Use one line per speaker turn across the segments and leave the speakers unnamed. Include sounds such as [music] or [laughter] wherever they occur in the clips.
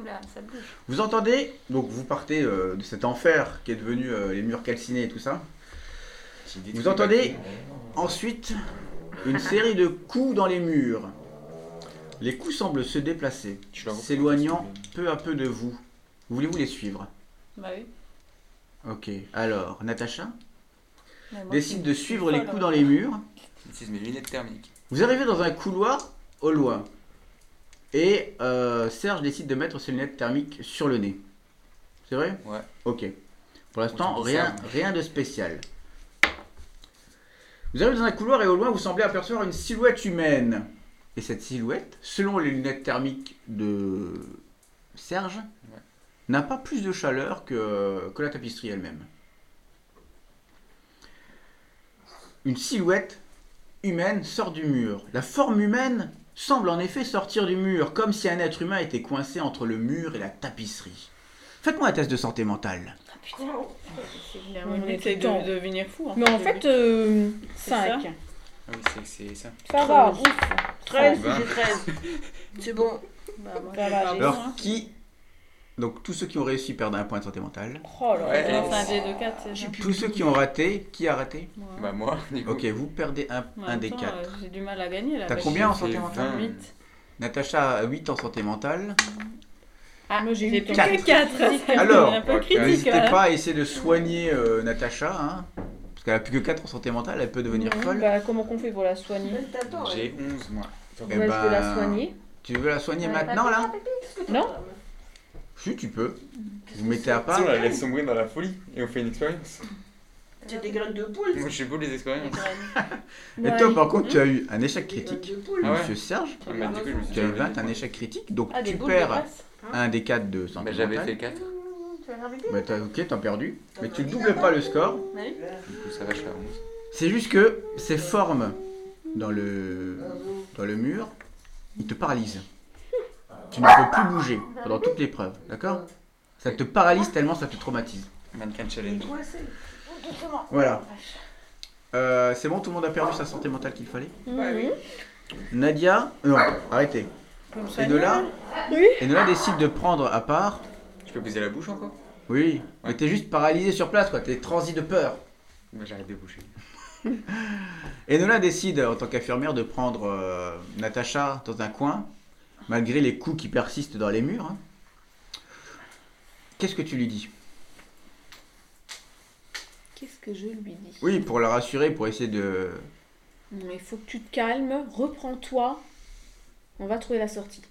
Oula, ça bouge.
Vous entendez Donc vous partez euh, de cet enfer qui est devenu euh, les murs calcinés et tout ça. Vous entendez ensuite une série de coups dans les murs. Les coups semblent se déplacer, s'éloignant peu à peu de vous. Voulez-vous les suivre
Bah oui.
Ok. Alors, Natacha
Mais moi,
décide
je
de
suis
suivre les
folle,
coups
hein.
dans les murs.
Utilise mes lunettes thermiques.
Vous arrivez dans un couloir au loin. Et euh, Serge décide de mettre ses lunettes thermiques sur le nez. C'est vrai
Ouais.
Ok. Pour l'instant,
Autant que
rien,
ça, moi.
rien de spécial. Vous arrivez dans un couloir et au loin, vous semblez apercevoir une silhouette humaine. Et cette silhouette, selon les lunettes thermiques de Serge,
Ouais.
n'a pas plus de chaleur que, que la tapisserie elle-même. Une silhouette humaine sort du mur. La forme humaine semble en effet sortir du mur, comme si un être humain était coincé entre le mur et la tapisserie. Faites-moi un test de santé mentale.
Ah, putain. C'est
On
généralement
essaie de-
Attends.
de devenir
hein.
fou.
Mais en fait, euh, 5.
Ah oui, c'est que c'est ça.
Ça va,
Treize.
ouf.
13,
Bah.
j'ai 13. C'est bon.
Ça va, j'ai-
Alors, qui. Donc, tous ceux qui ont réussi perdent un point de santé mentale.
Oh là
Ouais.
là.
Enfin, j'ai deux 4 c'est ça.
Tous ceux qui ont raté, qui a raté
Moi.
Bah moi, du coup.
Ok, vous perdez un,
Mais Mmh. en
un
même
des
temps,
quatre.
euh, J'ai du mal à gagner là.
T'as
parce
combien en
j'ai
santé
fait
mentale
20.
8.
Natacha a 8 en santé mentale.
[laughs] Ah,
Moi, j'ai eu
j'ai plus
quatre.
que
[laughs]
4.
Alors,
un peu
ok,
critique. hein.
N'hésitez
là.
pas à essayer de soigner euh, Natacha, hein, parce qu'elle a plus que 4 en santé mentale, elle peut devenir
Mmh.
Non,
folle.
Bah, comment qu'on fait pour la soigner
T'attends. hein.
J'ai 11 moi.
Eh
Là, je
ben,
peux la soigner.
Tu veux la soigner maintenant là
Non
Si tu peux. Vous mettez à part.
on la laisse sombrer dans la folie et on fait une expérience.
J'ai des graines de poule.
[laughs] Moi je suis beau les expériences.
Et toi par contre tu as eu un échec
Des graines
critique.
de poule.
Ah ouais.
Monsieur Serge,
Ah,
bah,
mais du coup, je me suis
tu as eu
dit,
20, un
mais-
échec critique, donc
Ah, des
tu
boules de
perds
race.
un des 4 de santé
Bah j'avais
mentale.
fait 4.
Tu vas l'arrêter
Bah, t'as- ok, t'as perdu, mais tu doubles pas le score.
Du coup ça va, je suis à 11.
C'est juste que ces formes dans le, dans le mur, ils te paralysent. Tu ne peux plus bouger
[laughs]
pendant toute l'épreuve, d'accord Ça te paralyse tellement ça te traumatise.
Mannequin challenge.
Ouais, c'est.
Voilà. Euh, c'est bon, tout le monde a perdu sa santé mentale qu'il fallait
Mmh.
Bah oui.
Nadia, non, arrêtez. Et de là,
Oui.
et de là décide de prendre à part.
Je peux poser la bouche encore
Oui, mais t'es juste paralysé sur place, quoi. T'es transi de peur.
Bah j'arrête de boucher.
Et Nola décide, en tant qu'infirmière, de prendre euh, Natacha dans un coin, malgré les coups qui persistent dans les murs. hein. Qu'est-ce que tu lui dis
Qu'est-ce que je lui dis
Oui, pour la rassurer, pour essayer de...
Non, mais faut que tu te calmes, reprends-toi. On va trouver la sortie.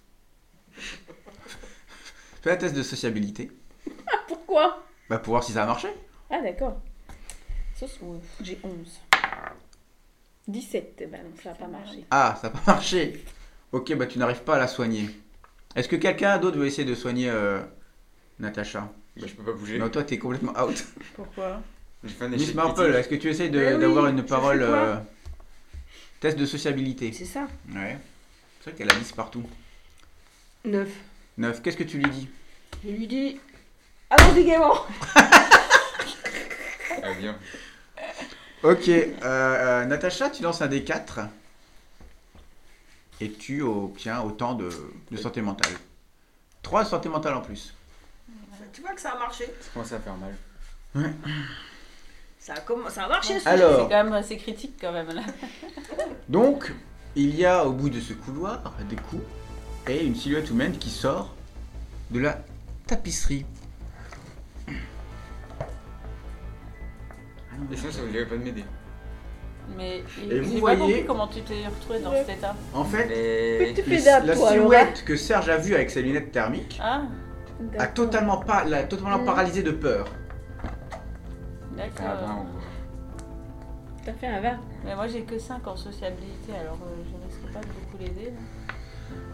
Fais un test de sociabilité.
Ah, pourquoi
Bah, pour voir si ça a marché.
Ah, d'accord. Ça, c'est- ouais, J'ai 11. 17. eh Ben non, ça n'a pas marché.
Ah, ça n'a pas marché. Ok, bah tu n'arrives pas à la soigner. Est-ce que quelqu'un d'autre veut essayer de soigner euh, Natacha
Bah je peux pas bouger.
Non, toi, t'es complètement out. [laughs]
Pourquoi
J'ai fait un échec
Miss Marple,
critique.
est-ce que tu essayes
Mais
de-
Eh oui,
d'avoir
je
une
fais
parole...
quoi
euh, test de sociabilité.
C'est ça.
Ouais. C'est vrai qu'elle a 10 partout.
9.
Neuf, qu'est-ce que tu lui dis
Je lui dis. Allons, gamin
Ah bien.
Ok, euh, euh, Natacha, tu lances un D4 et tu obtiens autant de, de santé mentale. 3 santé mentale en plus.
Tu vois que ça a marché.
Ça commence à faire mal.
Ça a, comm- ça a marché. ce-
C'est
Alors,
quand même assez critique quand même là.
donc, il y a au bout de ce couloir des coups et une silhouette humaine qui sort de la tapisserie. Ah non,
Et sinon ça voulait pas de m'aider.
Mais
Et vous
j'ai pas
voyez-
compris comment tu t'es retrouvé dans cet état.
En fait,
Mais...
Tu fais
le-
d'ab,
la
toi, alors, hein.
silhouette que Serge a vue avec ses lunettes thermiques
Ah,
a
D'accord.
totalement, pas, l'a totalement
Mm.
paralysé de peur.
d'accord.
Ah bah on
T'as fait un va.
Mais moi j'ai que 5 en sociabilité alors euh, je risque pas de beaucoup l'aider. hein. là.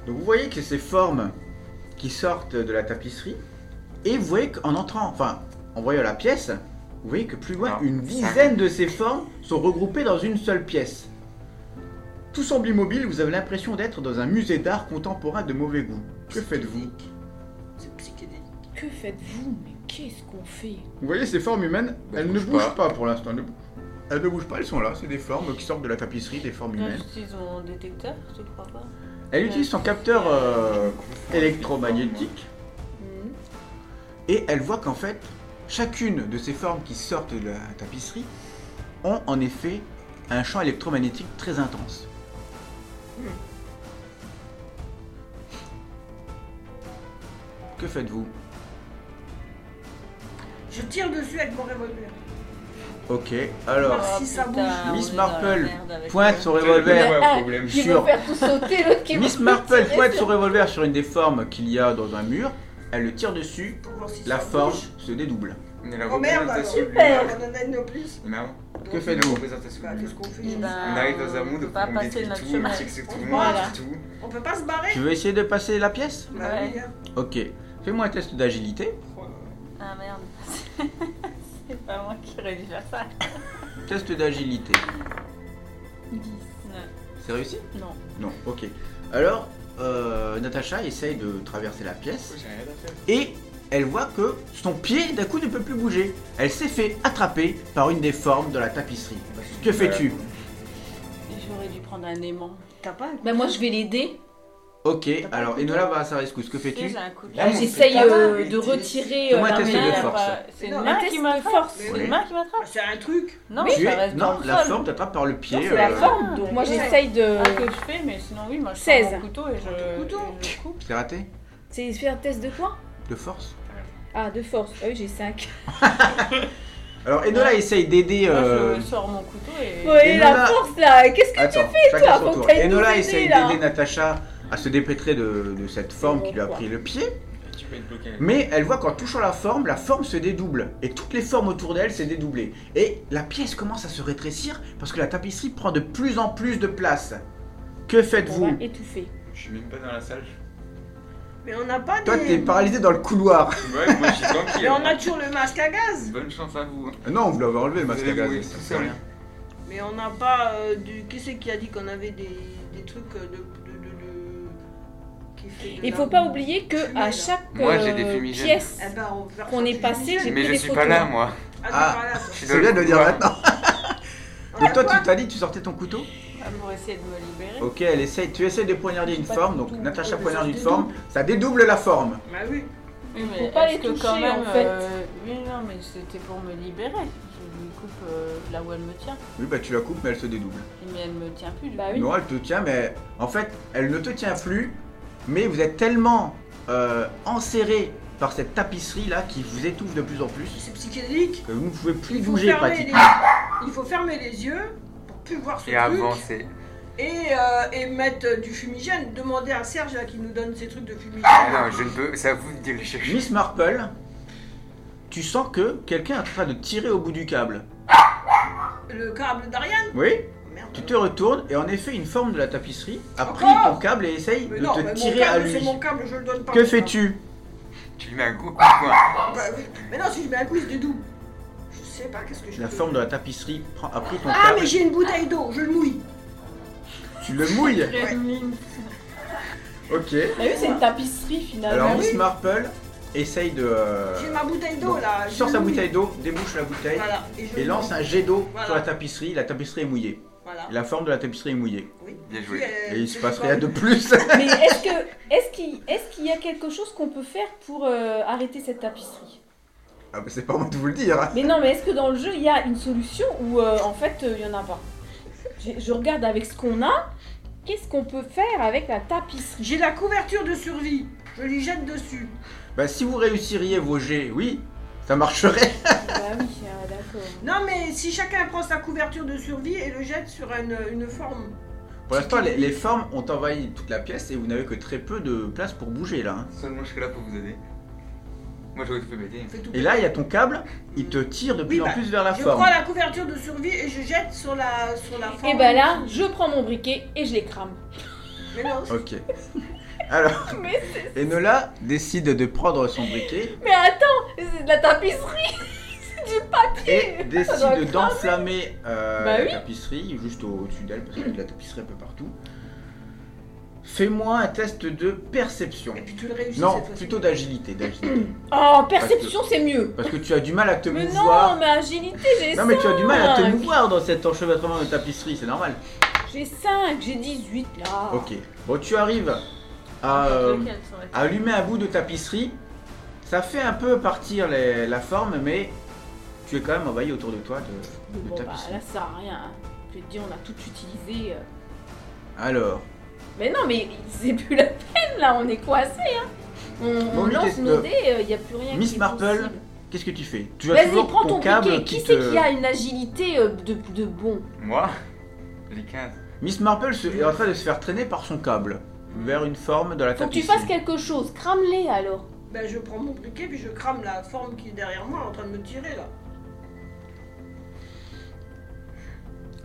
Donc vous voyez que ces formes qui sortent de la tapisserie, et vous voyez qu'en entrant, enfin, en voyant la pièce, vous voyez que plus loin,
Ah,
une
ça.
dizaine de ces formes sont regroupées dans une seule pièce. Tout semble immobile, vous avez l'impression d'être dans un musée d'art contemporain de mauvais goût. Que faites-vous
C'est psychédélique.
Que faites-vous Mais qu'est-ce qu'on fait
Vous voyez ces formes humaines,
Bah,
elles
elles
ne
bougent
bougent pas, pour l'instant. elles ne bou- Elles ne bougent pas, elles sont là, c'est des formes qui sortent de la tapisserie, des formes
Non,
humaines.
j'utilise mon détecteur, tu crois pas
Elle utilise son capteur euh,
confond avec les formes,
électromagnétique
Hmm.
Et elle voit qu'en fait, chacune de ces formes qui sortent de la tapisserie ont en effet un champ électromagnétique très intense.
Hmm.
Que faites-vous
Je tire dessus avec mon revolver.
Ok, alors,
Merci, ça bouge.
Miss Marple, pointe son revolver.
Ouais, problème.
Qui
Sûr.
vont faire tout sauter,
[laughs]
l'autre qui
Miss
va
Marple
tirer
pointe
sur-
son revolver sur une des formes qu'il y a dans un mur. Elle le tire dessus,
Pour voir si
la
ça
forme
bouge.
se dédouble.
On est la
Oh merde, alors.
représentation du
Super.
mal.
On en a une de plus.
On est marrant.
Que
On est la
faites-vous
représentation
Bah,
du
qu'est-ce
mal.
qu'on fait
Eh ben,
On arrive dans un monde
on
où
peut pas
on
passer
détruit
notre
tout, on
chemin.
check tout le monde, on
Voilà.
détruit tout.
On peut pas se barrer
Tu veux essayer de passer la pièce
Bah oui, hein.
Ok, fais-moi un test d'agilité.
Ah merde. [laughs] C'est pas moi qui aurais dû faire ça.
Test d'agilité. C'est réussi
Non.
Non, ok. Alors, euh, Natacha essaye de traverser la pièce
J'ai rien à faire.
et elle voit que son pied d'un coup ne peut plus bouger. Elle s'est fait attraper par une des formes de la tapisserie.
euh,
Que fais-tu
J'aurais dû prendre un aimant.
T'as pas un coup
Bah, moi, je vais l'aider.
Ok, alors Enola va à sa rescousse. Que fais-tu
J'ai un coup de
Ah,
Euh,
mais
J'essaye
c'est pas
euh,
mal,
de
mais t'es-
retirer
Fais-moi
euh,
un
la
test de
main.
Elle a
force.
pas- C'est une
Non,
un
main
test
qui
de
m'attrape.
force.
Oui.
C'est une main qui m'attrape.
Bah, C'est un truc.
Non,
Tu
ça
es-
reste
Non,
dans le
la
sol.
forme t'attrape par le pied.
Non, C'est la
euh,
forme, donc.
Moi,
c'est
j'essaye de.
ça que je fais, mais sinon, oui, moi, je
16.
prends mon couteau et je,
Prends ton couteau.
et je coupe.
C'est raté
C'est faire un test de quoi
De force
Ah, de force. Ah oui, j'ai 5.
Alors Enola essaye d'aider. euh,
Moi, je sors mon couteau et...
Ouais,
Enola-
la force là Qu'est-ce que.
Attends, chacun
toi,
son
faut
tour.
pas nous
Enola
aider,
essaye
là.
d'aider Natacha à se dépêtrer de, de cette forme qui lui a pris le pied,
Tu peux être bloqué.
mais elle voit qu'en touchant la forme, la forme se dédouble, et toutes les formes autour d'elle s'est dédoublée. Et la pièce commence à se rétrécir parce que la tapisserie prend de plus en plus de place. Que
On
faites-vous
va étouffer.
Je suis même pas dans la salle. je-
Mais on n'a pas
Toi, t'es
des.
paralysé dans le couloir.
Ouais, moi je suis tranquille.
Mais on a toujours le masque à gaz.
Bonne chance à vous. hein.
Ah Non, vous l'avez enlevé le
Vous
masque
allez
à gaz.
mourir
ça
tout
sert à
seul.
rien.
Mais on n'a pas euh, du. Qui c'est qui a dit qu'on avait des, des trucs euh, de. de, de, de... qui fait de
Il
la-
faut pas oublier que
Fumée,
à
là.
chaque
Moi, j'ai des
euh,
fumigènes.
pièce
Eh ben, on va faire
qu'on
ça
est
chez
passé,
Michel.
j'ai
Mais
pris
je
des
suis
photos.
pas là moi.
Ah, t'es
Ah.
par là,
Je
toi.
suis dans
C'est bien de le dire
couloir.
maintenant.
On
Donc
a
toi,
quoi
tu t'as dit, tu sortais ton couteau
pour essayer de me libérer.
Ok, elle essaye, tu essayes de poignarder une
Pas
forme,
du
donc
tout.
Natacha
Ça
poignarde une
se
forme, ça dédouble la forme.
Bah oui.
Oui, mais
Faut pas
est-ce
les
que quand
toucher,
même...
en fait.
euh, Oui, non, mais c'était pour me libérer. Je lui coupe euh, là où elle me tient.
Oui, bah tu la coupes, mais elle se dédouble.
Mais elle me tient plus, du
Bah
coup.
oui.
Non, elle te tient, mais en fait, elle ne te tient plus, mais vous êtes tellement euh, enserré par cette tapisserie là qui vous étouffe de plus en plus
C'est psychédélique.
que vous ne pouvez plus
Il faut,
bouger
fermer les...
pratiquement.
Il faut fermer les yeux pour plus voir ce
Et
truc.
avancer.
Et, euh, et mettre du fumigène. Demander à Serge là, qui nous donne ces trucs de fumigène.
Ah non, je ne peux. C'est à vous de dire les chercher.
Miss Marple, tu sens que quelqu'un est en train de tirer au bout du câble.
Le câble d'Ariane.
Oui,
Merde.
tu te retournes et en effet, une forme de la tapisserie a pris
Encore
ton câble et essaye
Mais
de
non,
te
mais mon
tirer à
câble,
lui.
c'est mon câble, je le donne pas.
Que
mon
fais-tu
Tu lui mets un gros coup de poing.
câble. Bah oui. Mais non, si je mets un coup, il se dédouble. Je sais pas qu'est-ce que je
La
peux-
forme de la tapisserie prend- a pris ton
Ah,
câble,
mais j'ai une bouteille d'eau, je le mouille.
tu le mouilles.
Gremlin.
Ok.
Euh,
Bah oui, c'est une tapisserie finalement.
bah
Alors Miss Marple essaye de. euh,
J'ai ma bouteille d'eau
Donc,
là. je
Sors
le
sa
mouille.
bouteille d'eau, débouche la bouteille
Voilà. Et, je
et
le
lance
mouille.
un jet d'eau
Voilà.
sur la tapisserie. La tapisserie est mouillée.
Voilà.
La forme de la tapisserie est mouillée.
Oui.
Bien joué.
Puis, euh,
Et il se
je
passe
sais pas.
rien de plus. [laughs]
Mais est-ce que est-ce qu'il est-ce qu'il y a quelque chose qu'on peut faire pour euh, arrêter cette tapisserie
ah bah c'est pas moi de vous le dire. hein.
Mais non, mais est-ce que dans le jeu il y a une solution ou euh, en fait euh, il y en a pas J'ai- Je regarde avec ce qu'on a. Qu'est-ce qu'on peut faire avec la tapisserie
J'ai la couverture de survie. Je lui jette dessus.
Bah si vous réussiriez vos jets, oui, ça marcherait.
Bah oui, ah, d'accord.
Non, mais si chacun prend sa couverture de survie et le jette sur une, une forme.
Pour l'instant, les, les formes ont envahi toute la pièce et vous n'avez que très peu de place pour bouger là. hein.
Seulement je serai là pour vous aider. Moi j'aurais tout fait bêter.
on fait tout.
Et là, il y a ton câble, il te tire de plus
Oui,
en
bah,
plus vers la
je
forme.
prends la couverture de survie et je jette sur la, sur la forme.
Et bah là, je prends mon briquet et je les crame.
Mais non, c'est-
Ok. Alors,
[laughs]
Mais,
Enola décide de prendre son briquet
mais attends, c'est de la tapisserie
et
doit
décide d'enflammer euh,
Bah
la
oui.
tapisserie juste au- au-dessus d'elle parce qu'il y a de la tapisserie un peu partout. Fais-moi un test de perception.
Et puis tu le réussis
Non,
cette fois-ci.
plutôt d'agilité, d'agilité.
Oh, perception c'est mieux
Parce que tu as du mal à te
Mais
mouvoir.
non, mais agilité, j'ai
non, mais tu as du mal à te
cinq.
mouvoir dans cet enchevêtrement de tapisserie, c'est normal.
J'ai 5, j'ai 18 là.
Ok. Bon, tu arrives à, euh,
Ah, Lequel ça aurait été
à allumer un bout de tapisserie. Ça fait un peu partir les- la forme, mais tu es quand même envahi autour de toi de-
Mais
de,
bon, bah,
tapisserie.
là, ça sert à rien. hein. Je te dis, on a tout utilisé. euh.
Alors,
Mais non, mais c'est plus la peine, là, on est coincé. Hein. On,
Bon,
on
Miss-
lance nos
euh,
dés, il n'y a plus rien
Miss
qui est
Marple,
possible.
qu'est-ce que tu fais Tu as
Vas-y,
toujours
prends ton, piquet.
câble
Qui,
qui
c'est
te-
qui a une agilité euh, de, de bon
Moi J'ai 15.
Miss Marple se- est en train de se faire traîner par son câble vers une forme de la
Faut que tu
tapisserie.
fasses quelque chose. Crame-les, alors.
Ben, je prends mon briquet puis je crame la forme qui est derrière moi en train de me tirer là.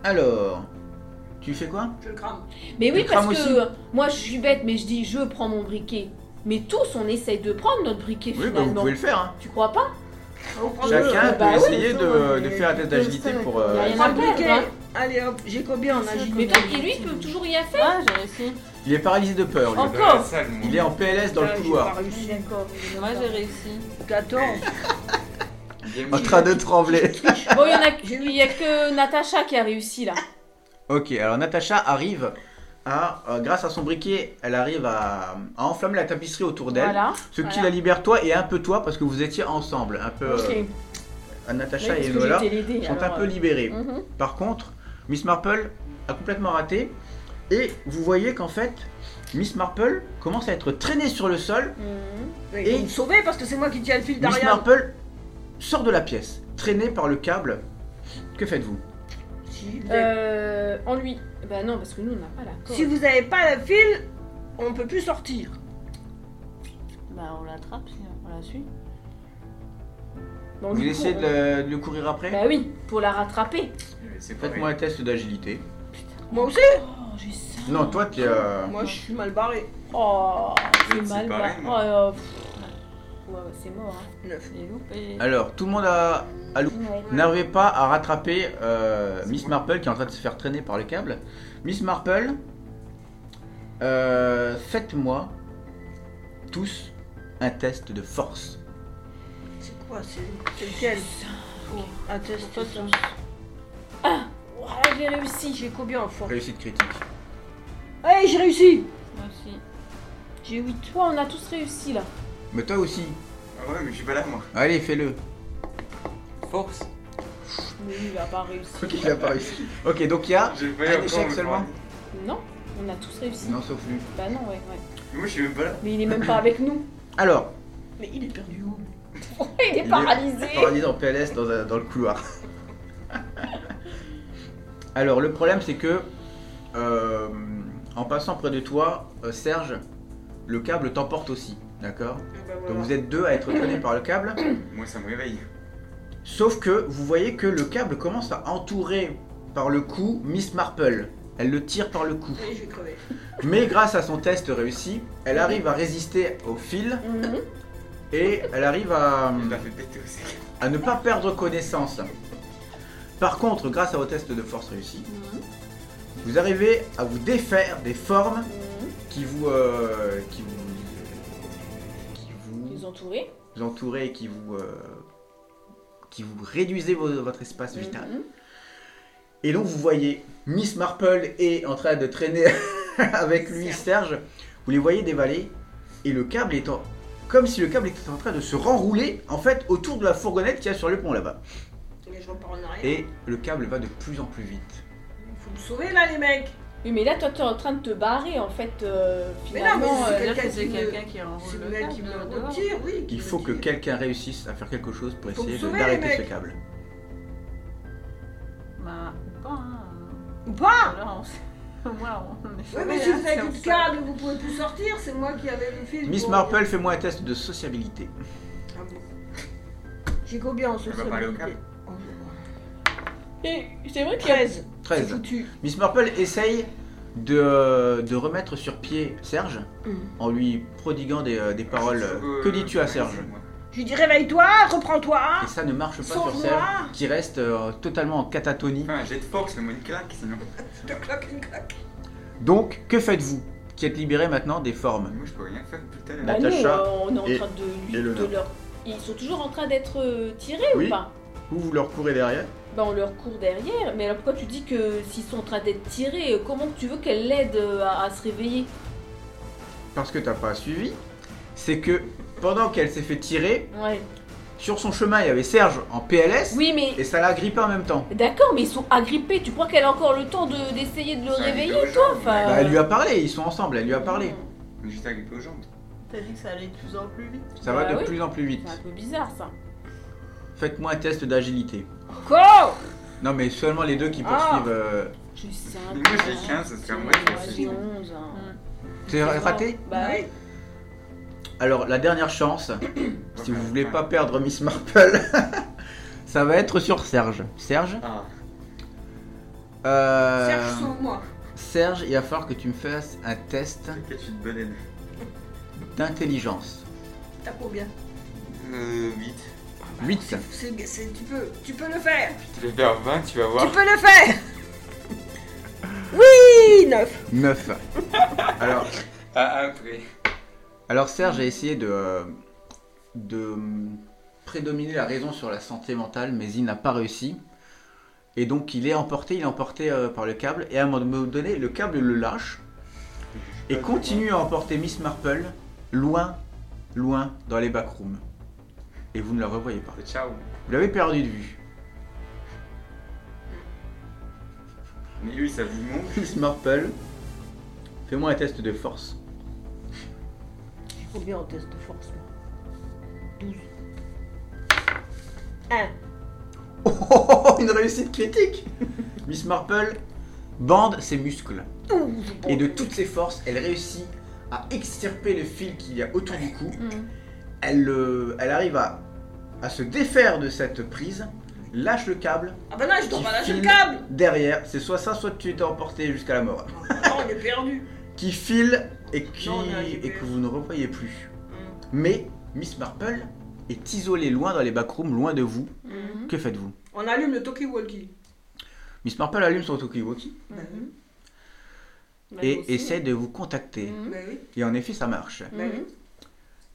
Alors, tu fais quoi
Je le crame.
Mais oui,
Tu
parce
crames
que
aussi.
euh, moi, je suis bête, mais je dis, je prends mon briquet. Mais tous, on essaye de prendre notre briquet,
Oui, bah, vous
finalement.
pouvez le faire. hein.
Tu crois pas
On prend le-
Chacun peut
bah oui,
essayer
mais
de,
oui,
de
mais
faire un test
tu peux le
d'agilité
faire.
pour.
Il y a
euh,
rien
Mon
à
briquet.
perdre. hein.
Allez hop, j'ai combien en
Ah, C'est vrai.
agilité
Mais toi, et lui, il peut toujours rien faire.
Ah, j'ai réussi.
Il est paralysé de peur, lui.
Encore
Dans la salle, moi.
Il est en PLS dans
Ah,
le
j'ai
couloir.
pas réussi.
Moi, j'ai réussi.
14.
Game
En
Gear.
train de trembler.
Bon, il y en a, il y a que Natacha qui a réussi là.
Ok, alors Natacha arrive à, euh, grâce à son briquet, elle arrive à, à enflammer la tapisserie autour d'elle.
Voilà.
Ce qui
Voilà.
la libère toi et un peu toi parce que vous étiez ensemble. Un peu.
Ok.
euh,
Oui,
Natacha
parce
et
que
Enola
j'étais l'aidée,
sont un
alors,
peu
euh,
libérés.
mhm.
Par contre, Miss Marple a complètement raté. Et vous voyez qu'en fait, Miss Marple commence à être traînée sur le sol
Mhm.
Mais
Et-
faut me sauver parce que c'est moi qui tiens le fil
Miss
d'Ariane.
Marple sort de la pièce, traînée par le câble. Que faites-vous
Si, vous avez-
Euh, en lui. Bah non, parce que nous, on n'a pas la corde.
si vous n'avez pas le fil, on peut plus sortir.
Bah, on l'attrape, sinon, on la suit.
Bon,
Vous
du coup,
essayez de,
on-
la- de le courir après
Bah oui, pour la rattraper.
Mais C'est pas
Faites-moi un test d'agilité.
Moi aussi
Oh, j'ai ça.
Non, toi, t'es. euh,
Moi je suis mal barré.
Oh, c'est
C'est
mal.
pareil,
bah.
moi.
Oh, euh, pff. Ouais, bah, c'est mort. hein.
9.
J'ai loupé.
Alors, tout le monde a. N'arrivez pas à rattraper euh, Miss Marple qui est en train de se faire traîner par le câble. Miss Marple, euh, faites-moi tous un test de force.
C'est quoi C'est c'est lequel Un test.
Toi, tu-
Ouais, j'ai réussi.
J'ai combien en force
Réussite critique.
Allez, j'ai réussi
Moi aussi.
J'ai 8. Ouais, on a tous réussi là.
Mais toi aussi.
Ah ouais, mais je suis pas là, moi.
Allez, fais-le.
Force.
Mais lui, il a pas réussi.
Ok, il a pas réussi. Ok, donc il y a.
J'ai
Un
failli encore
Ah, échec
me
seulement.
prendre.
Non, on a tous réussi.
Non, sauf lui.
Bah non, ouais, ouais.
Mais moi, je suis même pas là.
Mais il est même pas avec nous. [laughs]
Alors,
Mais il est perdu où
Il est paralysé.
paralysé en PLS dans, un- dans le couloir. [laughs] Alors, le problème, c'est que euh, en passant près de toi, euh, Serge, le câble t'emporte aussi. D'accord
Ah bah
Donc, vous êtes deux à être traînés par le câble.
Moi, ça me réveille.
Hmm. Sauf que vous voyez que le câble commence à entourer par le cou Miss Marple. Elle le tire par le cou.
Allez, je vais crever.
Mais grâce à son test réussi, elle arrive à résister au fil
Mhm.
et elle arrive à.
Je la fait péter aussi.
à ne pas perdre connaissance. Par contre, grâce à vos tests de force réussis,
mm,
vous arrivez à vous défaire des formes
Mhm.
qui vous, euh, qui vous, qui
Nous
vous
entourer.
entourez et qui vous, euh, qui vous réduisez vos- votre espace vital.
Mhm.
Et donc vous voyez Miss Marple est en train de traîner [laughs] avec lui Serge. Vous les voyez dévaler et le câble est en- comme si le câble était en train de se renrouler en fait autour de la fourgonnette qu'il y a sur le pont là-bas.
Mais je repars en arrière.
Et le câble va de plus en plus vite.
Faut me sauver là, les mecs
Oui, mais là, toi, t'es en train de te barrer, en fait, euh,
Mais non,
finalement.
mais
Vraiment,
c'est
euh,
quelqu'un
là, c'est
qui me-
quelqu'un qui
C'est
enroule
le
le
mec
câble
qui me
dehors.
retire, oui. qui
Il
me
faut que
tire.
quelqu'un réussisse à faire quelque chose pour
Faut
essayer
me
de-
sauver, les
d'arrêter ce
mecs.
câble.
Bah, ou pas. hein.
Ou pas
Là, on [laughs] s- Au moins, on est
Oui, Ah. mais
sauvé,
je
hein,
fais
si on
avec le
sort.
câble, vous pouvez plus sortir, c'est moi qui avais le fil.
Miss
pour-
Marple, fais-moi un test de sociabilité.
Ah bon. J'ai combien en
va
sociabilité
parler au câble.
Oh,
Et c'est vrai qu'il y a...
13. C'est
13.
foutu.
Miss Marple essaye de, de remettre sur pied Serge
Mhm.
en lui prodiguant des, euh, des paroles. euh, Que dis-tu à Serge
Je lui dis réveille-toi, reprends-toi.
Et ça ne marche pas sur
Sauve-moi.
Serge qui reste euh, totalement en catatonie.
Enfin, un jet de force, le une claque, sinon.
Je te claque une claque.
Donc, que faites-vous qui êtes libéré maintenant des formes
Moi, je peux rien faire depuis tout à l'heure.
Bah, nous,
Natacha
euh, on est en
et-
train de,
et
lui-
Lena.
de leur... Ils sont toujours en train d'être euh, tirés
Oui.
ou pas
Vous, vous leur courez derrière
Bah, on leur court derrière. Mais alors, pourquoi tu dis que s'ils sont en train d'être tirés, euh, comment tu veux qu'elle l'aide euh, à, à se réveiller
parce que t'as pas suivi, c'est que pendant qu'elle s'est fait tirer,
Ouais.
sur son chemin, il y avait Serge en PLS
Oui, mais
et ça l'a grippé en même temps.
d'accord, mais ils sont agrippés. Tu crois qu'elle a encore le temps de- d'essayer de le
Ça, elle est
réveiller,
aux
toi
jambes,
enfin,
Bah, elle lui a parlé, ils sont ensemble, elle lui a parlé.
Mmh.
Mais j'étais agrippé aux jambes.
T'as dit que ça allait de plus en plus vite.
Ça
Bah
va de
oui.
plus en plus vite.
C'est un peu bizarre ça.
Faites-moi un test d'agilité.
Quoi
Non, mais seulement les deux qui
Ah.
poursuivent. euh,
Je sais.
Mais moi j'ai 15, c'est quand même vrai.
Ouais,
c'est-
j'ai 11. hein.
Mm.
C'est raté
Bah oui.
Alors, la dernière chance, si vous voulez
Ouais.
pas perdre Miss Marple, [laughs] ça va être sur Serge. Serge
Ah,
euh,
Serge, sauve-moi.
Serge, il va falloir que tu me fasses un test
t'inquiète, je suis de bonne aide.
d'intelligence.
T'as combien
Euh, vite.
8.
C'est- c'est- tu, peux, tu peux le faire
Tu les vers 20, tu vas
Tu peux
[laughs]
le faire Oui 9
9. Alors,
Ah, après.
alors Serge a essayé de, euh, de euh, prédominer la raison sur la santé mentale, mais il n'a pas réussi. Et donc il est emporté, il est emporté euh, par le câble, et à un moment donné, le câble le lâche, et continue à emporter Miss Marple loin, loin dans les backrooms. Et vous ne la revoyez pas.
Bah, Ciao.
Vous l'avez perdu de vue.
Mais eux, ils savent où ils montent.
Miss Marple, fais-moi un test de force.
J'ai combien en test de force là 12. [laughs]
Oh, oh, oh, une réussite critique Miss Marple bande ses muscles et de toutes ses forces, elle réussit à extirper le fil qu'il y a autour du cou.
Mhm.
Elle, le- elle arrive à, à se défaire de cette prise, lâche le câble.
Ah bah non, je dois
qui
pas lâcher le
file
câble
Derrière, c'est soit ça, soit tu t'es emporté jusqu'à la mort.
Non, Oh, on est
[laughs]
perdu
Qui file et, qui,
Non, on est arrivé.
et que vous ne revoyez plus. Mais Miss Marple est isolée loin dans les backrooms, loin de vous.
Hmm.
Mhm.
Que faites-vous
On allume le talkie-walkie.
Miss Marple allume son talkie-walkie.
Mhm. Bah,
et
hein.
essaie de vous contacter.
Mhm.
Bah oui.
Et en effet, ça marche.
Hmm.
Bah oui.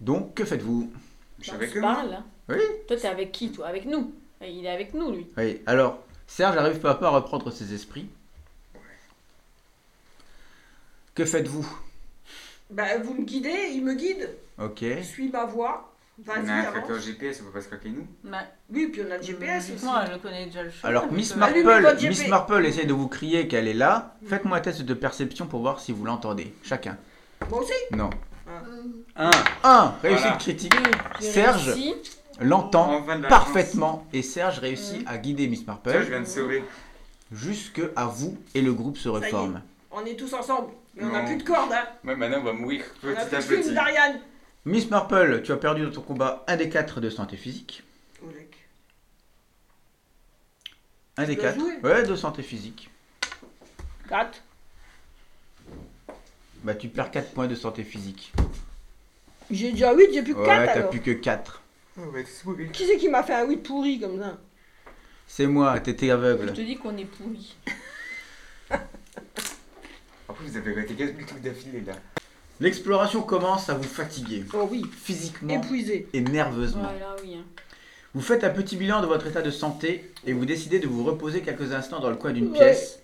Donc, que faites-vous
Je suis
Bah,
avec
tu
eux. moi.
parles.
Oui.
Toi, t'es avec qui, toi Avec nous. Il est avec nous, lui.
Oui, alors, Serge arrive peu à peu à reprendre ses esprits. Que faites-vous
Bah vous me guidez, il me guide.
Ok.
Suis ma voix.
On
Vas-y,
a un tracteur
avance.
GPS, on peut pas se craquer nous.
Ouais.
Oui, puis on a le GPS aussi.
Moi, Bah, je connais déjà le chemin.
Alors, Miss
Marple.
Allumez
Marple,
votre GP.
Miss Marple essaie de vous crier qu'elle est là. Faites-moi un test de perception pour voir si vous l'entendez. Chacun.
Moi aussi.
Non.
Un.
1. Réussite
Voilà.
critique.
J'ai
Serge.
réussi.
L'entend
Enfin de la chance.
parfaitement. Et Serge
Mm.
réussit à guider Miss
Tiens, je
Marple
viens de sauver.
jusque à vous et le groupe se
y est.
reforme.
On est tous ensemble. Mais on a
Non.
plus de cordes, hein.
Ouais, maintenant on va mourir
Ah,
On a
petit à
plus de film
petit.
d'Ariane.
Miss Marple, tu as perdu dans ton combat un des quatre de santé physique.
Oleg.
Un des
dois
quatre.
jouer.
Ouais, de santé physique.
4.
Bah, tu perds 4 points de santé physique.
J'ai déjà 8, j'ai plus que 4
ouais, t'as
alors.
plus que 4.
On va tous mourir.
Qui c'est qui m'a fait un 8 pourri comme ça
C'est moi, t'étais
Je
aveugle.
te dis qu'on est pourris.
Après, vous avez raté 15 000 trucs d'affilée là.
L'exploration commence à vous fatiguer,
Oh oui.
physiquement
Épuisé.
et nerveusement.
Voilà, oui. hein.
Vous faites un petit bilan de votre état de santé et vous décidez de vous reposer quelques instants dans le coin d'une
Ouais.
pièce.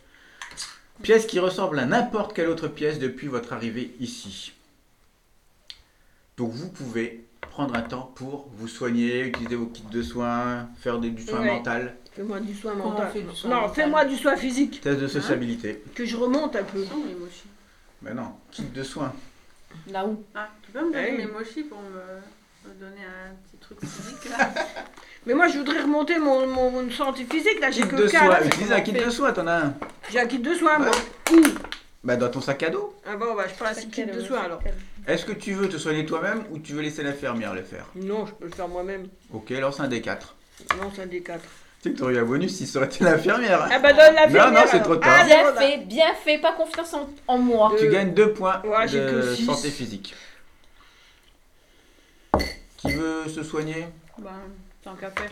Pièce qui ressemble à n'importe quelle autre pièce depuis votre arrivée ici. Donc vous pouvez prendre un temps pour vous soigner, utiliser vos kits de soins, faire des- du soin
Ouais.
mental,
Fais-moi du soin
Comment on
mental.
fait du soin
Non,
mental
fais-moi du soin physique.
test de sociabilité.
Que je remonte un peu.
Ils sont mes mochis.
Ben non, kit de soins.
Là où
Ah, tu peux me donner
Hey.
mes mochis pour me, me donner un petit truc physique là
Mais moi, je voudrais remonter mon, mon, mon santé physique. Là, Ah, j'ai
Kit
que
de
4.
soins, utilise un kit de soins, t'en as un.
J'ai un kit de soin,
Ouais.
moi. Où
Bah dans ton sac à dos.
Ah bon, [laughs] bah, je prends un kit de soin alors.
Est-ce que tu veux te soigner toi-même ou tu veux laisser l'infirmière le faire
Non, je peux le faire moi-même.
Ok, lance un D4.
Non, c'est un des 4.
Tu sais que t'aurais eu un bonus si ça aurait été [laughs] l'infirmière. hein.
Ah bah, donne la
Non,
filière,
non, c'est
alors.
trop tard.
Ah,
Bien
zéro,
fait, bien fait, pas confiance en, en moi.
De-
Tu gagnes 2 points
Ah, euh, Ouais, j'ai que
de
six.
santé physique. Qui veut se soigner
Bah, tant qu'à faire.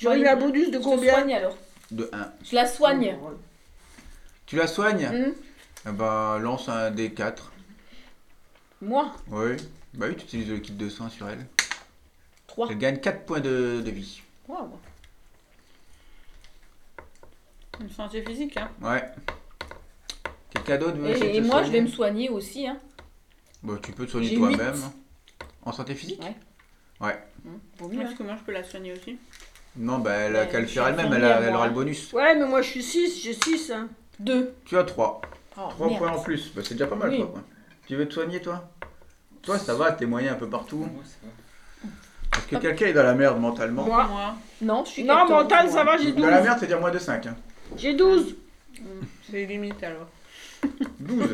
J'aurais eu un bonus de
Je te
combien
soigne alors.
De 1.
Je la soigne.
Tu la
Mm.
soignes
Hmm.
Ah Bah lance un D4.
Moi,
Oui. Bah oui, tu utilises le kit de soins sur elle.
3.
Elle gagne 4 points de, de vie.
Waouh.
Une santé physique, hein
Ouais. Quelqu'un d'autre veut
Et,
essayer de
et
te
moi, je
soigner
vais me soigner aussi. Hein.
Bon, Bah, tu peux te soigner
J'ai
toi-même.
huit.
hein. En santé physique
Hein, vaut mieux, hein.
Parce que moi je peux la soigner aussi.
Non, bah elle a
Ouais,
qu'à le
je
faire
suis
elle-même, elle,
infirmière,
a- elle
moi,
aura
hein.
le bonus.
Ouais, mais moi je suis 6, j'ai 6. Hein.
Deux.
Tu as 3.
Oh,
3
merde.
points en plus, bah, c'est déjà pas mal
Oui.
quoi, quoi. Tu veux te soigner toi Toi ça va, t'es moyen un peu partout.
Moi, ça va.
Parce que quelqu'un est dans la merde mentalement.
Moi.
Non, je suis.
Non,
14,
mental,
moi.
ça va, j'ai
Dans la
12.
merde, c'est dire moins de 5. Hein.
J'ai 12. Hum, C'est limite alors.
12.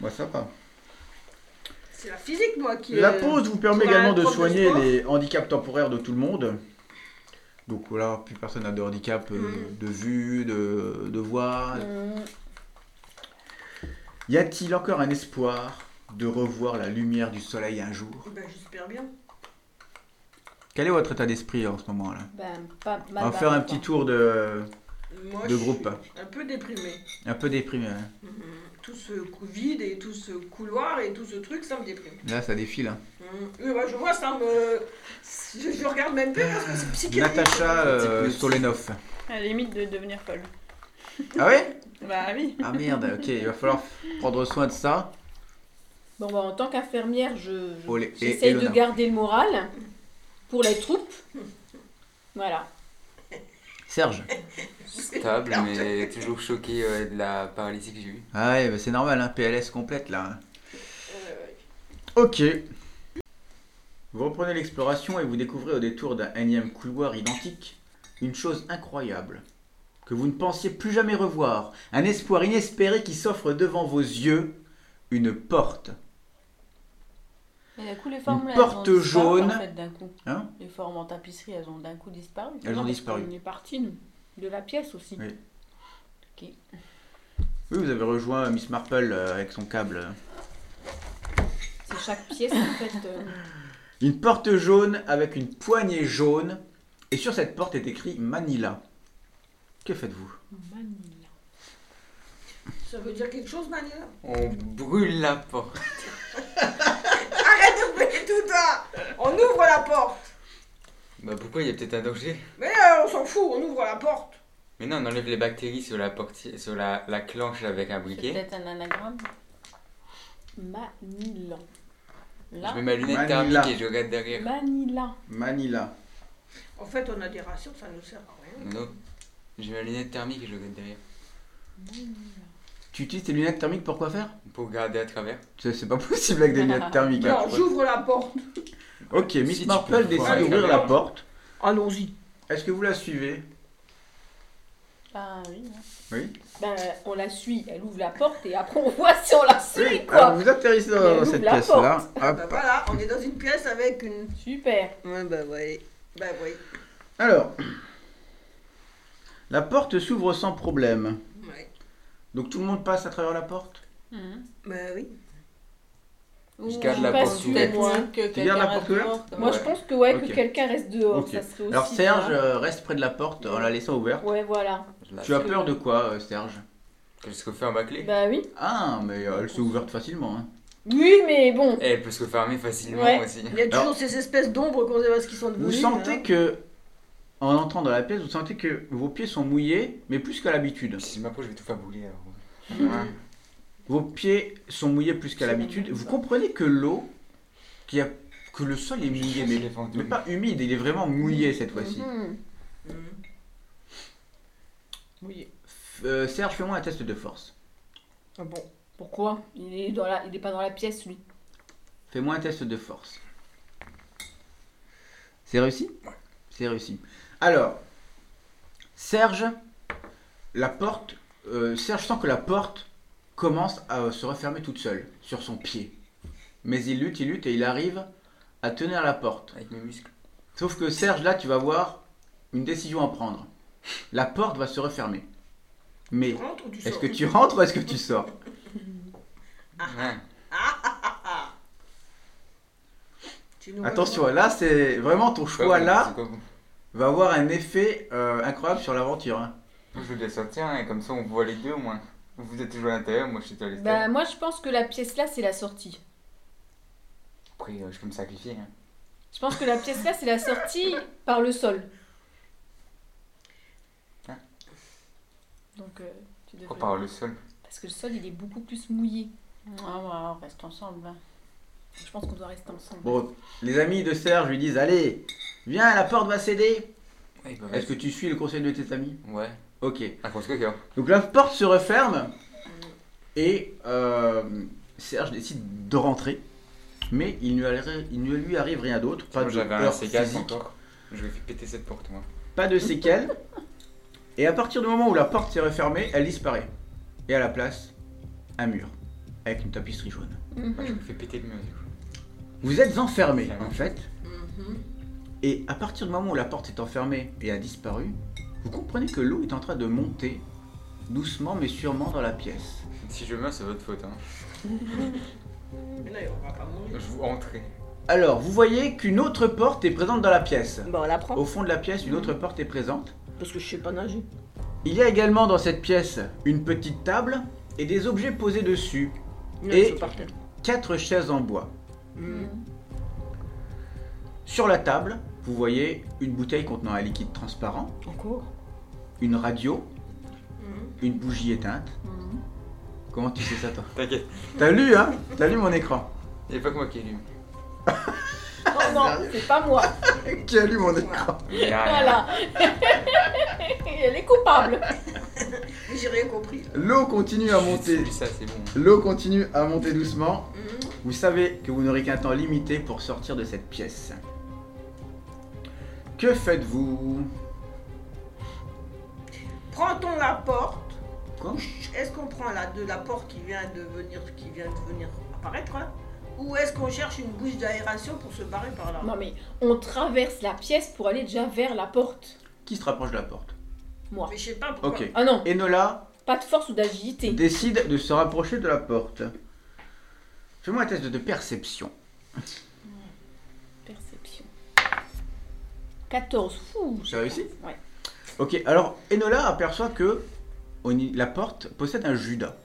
bah ça va.
C'est la physique, moi, qui.
La
est-
pause vous permet
pour la
également de
prof de
soigner
sport.
les handicaps temporaires de tout le monde. Donc voilà, plus personne n'a de handicap euh,
Mm.
de vue, de, de voix.
Hum,
Y a-t-il encore un espoir de revoir la lumière du soleil un jour
Ben, j'espère bien.
Quel est votre état d'esprit en ce moment là
ben, pas mal
On va
barré,
faire un
quoi.
petit tour de,
Moi,
de
je
groupe. hein.
suis un peu déprimée.
Un peu déprimé. hein.
Tout ce cou- vide et tout ce couloir et tout ce truc, ça me déprime.
Là ça défile. hein.
Hum. Oui, moi, je vois, ça me. Je, je regarde même plus parce que c'est psychiatrique.
Natacha euh,
Petit peu.
Stolenov.
À la limite de devenir folle.
Ah ouais
Bah oui.
Ah merde, ok, il va falloir prendre soin de ça.
Bon, bah, en tant qu'infirmière, je, je-
Oh, les- et-
j'essaye de
Elona.
garder le moral pour les troupes. Voilà.
Serge.
Stable, mais toujours choqué euh, de la paralysie que j'ai eue.
Ah ouais, bah, c'est normal, hein, PLS complète là. hein.
Ouais, ouais.
Ok. Vous reprenez l'exploration et vous découvrez au détour d'un énième couloir identique une chose incroyable que vous ne pensiez plus jamais revoir. Un espoir inespéré qui s'offre devant vos yeux. Une porte.
Et d'un coup, les formes là,
porte
elles ont disparu,
jaune.
En fait, d'un coup.
Hein
les formes en tapisserie, elles ont d'un coup disparu.
Elles ont
Non, parce
disparu.
qu'on est parti, nous, de la pièce aussi.
Oui. Oui, vous avez rejoint Miss Marple euh, avec son câble.
C'est chaque pièce, en fait. euh,
Une porte jaune avec une poignée jaune. Et sur cette porte est écrit Manila. Que faites-vous
Manila.
Ça veut dire quelque chose, Manila
On brûle la porte.
Arrête de brûler tout ça On ouvre la porte
Bah pourquoi il y a peut-être un danger
Mais euh, on s'en fout, on ouvre la porte
Mais non, on enlève les bactéries sur la porte, sur la, la clenche avec un
C'est
briquet.
peut-être un anagramme.
Manila.
Là,
Je mets ma lunette
Manila.
thermique et je regarde derrière.
Manila.
Manila.
En fait, on a des rations, ça nous sert à rien.
Non, non. J'ai ma lunette thermique et je regarde derrière.
Tu utilises tes lunettes thermiques pour quoi faire
Pour regarder à travers.
C'est c'est pas [laughs] possible avec des lunettes thermiques. hein.
Non, j'ouvre la porte
Ok, Miss
Si tu
Marple
peux
décide
voir.
d'ouvrir la porte.
Allons-y
Est-ce que vous la suivez
Ah oui. hein.
Ben, on la suit, elle ouvre la porte et après on voit si on la suit,
Alors
quoi.
vous atterrissez
Mais elle
dans
ouvre
cette
la
pièce-là.
Bah
Hop.
voilà, on est dans une pièce avec une...
Super.
Ouais, bah ouais. Bah ouais.
Alors, la porte s'ouvre sans problème.
Ouais.
Donc tout le monde passe à travers la porte
Mhm.
Bah oui.
Ou
garde
on
la
passe
porte
sous
ouverte.
les points que quelqu'un
la
reste
porte ouverte
dehors, comme
Moi,
ça.
je pense que ouais,
Ok.
que quelqu'un reste dehors,
Ok.
ça serait aussi.
Alors Serge
bien.
euh, reste près de la porte en la laissant ouverte.
Ouais, voilà.
Je la-
Tu as peur de quoi, euh, Serge
Elle se referme à clé.
Bah oui.
Ah, mais euh, elle s'est ouverte facilement. hein.
Oui, mais bon.
Et elle peut se refermer facilement
Ouais.
aussi.
Il y a toujours
Alors-
ces espèces d'ombres qu'on sait pas ce qu'ils sont
Vous
devenues.
sentez
hein.
que, en entrant dans la pièce, vous sentez que vos pieds sont mouillés, mais plus qu'à l'habitude.
Si je m'approche, je vais tout faire brûler alors.
Vos pieds sont mouillés plus qu'à l'habitude. Vous comprenez que l'eau, qu'il y a- que le sol est mouillé, mais,
les
mais
fantômes.
pas humide, il est vraiment mouillé cette fois-ci.
Mhm.
Mhm.
Oui.
F- euh, Serge, fais-moi un test de force.
Ah bon. Pourquoi Il est dans la, il est pas dans la pièce lui.
Fais-moi un test de force. C'est réussi C'est réussi. Alors, Serge, la porte, euh, Serge sent que la porte commence à se refermer toute seule sur son pied. Mais il lutte, il lutte et il arrive à tenir la porte.
Avec mes muscles.
Sauf que Serge, là, tu vas voir une décision à prendre. La porte va se refermer. Mais
Tu rentres ou tu
est-ce
sors
que tu rentres ou est-ce que tu sors
Ouais.
Tu nous
Attention, là, c'est vraiment ton
Quoi,
choix
c'est
là
quoi, vous
va avoir un effet euh, incroyable sur l'aventure. hein.
Je vous laisse sortir, hein, comme ça on voit les deux au moins. Vous êtes toujours à l'intérieur, moi je suis à l'extérieur.
Bah moi, je pense que la pièce là, c'est la sortie.
Après, euh, je peux me sacrifier. hein.
Je pense que la pièce là, c'est la sortie par le sol.
Hein
Donc euh, tu devrais.
Pourquoi par le sol
Parce que le sol, il est beaucoup plus mouillé.
Ah, bah, on reste ensemble. hein.
Je pense qu'on doit rester ensemble.
Bon, les amis de Serge lui disent Allez, viens, la porte va céder.
Ouais, bah,
Est-ce que tu suis le conseil de tes amis
Ouais.
Ok.
Un gros coquin.
Donc la porte se referme et euh, Serge décide de rentrer. Mais il ne, arri- il ne lui arrive rien d'autre, pas
Moi,
de
J'avais un
peur
C4
physique,
encore. Je vais faire péter cette porte, moi.
pas de séquelles. Et à partir du moment où la porte s'est refermée, elle disparaît. Et à la place, un mur avec une tapisserie jaune.
Moi, je me fais péter le mur, du coup.
Vous êtes enfermé
Ça va.
en fait, et à partir du moment où la porte est enfermée et a disparu, vous comprenez que l'eau est en train de monter doucement mais sûrement dans la pièce.
Si je meurs, c'est votre faute, hein.
Mais là, on va pas
Je
mourir.
vous entrez.
Alors, vous voyez qu'une autre porte est présente dans la pièce.
Bah, on la prend.
Au fond de la pièce, une autre porte est présente.
Parce que je sais pas nager.
Il y a également dans cette pièce une petite table et des objets posés dessus.
Non,
Et-
je par terre.
Quatre chaises en bois.
Hmm.
Sur la table, vous voyez une bouteille contenant un liquide transparent,
Encore
une radio,
Mhm.
une bougie éteinte. Comment tu sais ça, toi
T'inquiète,
T'as lu, hein T'as lu mon écran
il n'y a pas que moi qui [laughs] allume.
Oh Non, non, c'est pas moi.
Qui a lu mon écran
Ah.
Voilà. [laughs] Elle est coupable.
J'ai rien compris.
L'eau continue à monter.
ça, c'est bon.
L'eau continue à monter doucement.
Mhm.
Vous savez que vous n'aurez qu'un temps limité pour sortir de cette pièce. Que faites-vous
Prend-on la porte
Quoi
Est-ce qu'on prend la, de la porte qui vient de venir, qui vient de venir apparaître hein Ou est-ce qu'on cherche une bouche d'aération pour se barrer par là
Non mais on traverse la pièce pour aller déjà vers la porte.
Qui se rapproche de la porte
Mais je sais pas pourquoi.
Ok.
Ah non,
Enola
pas de force ou d'agilité.
décide de se rapprocher de la porte. Fais-moi un test de perception.
Perception. 14. Fou.
C'est réussi
Ouais.
Ok, alors Enola aperçoit que on y- la porte possède un judas.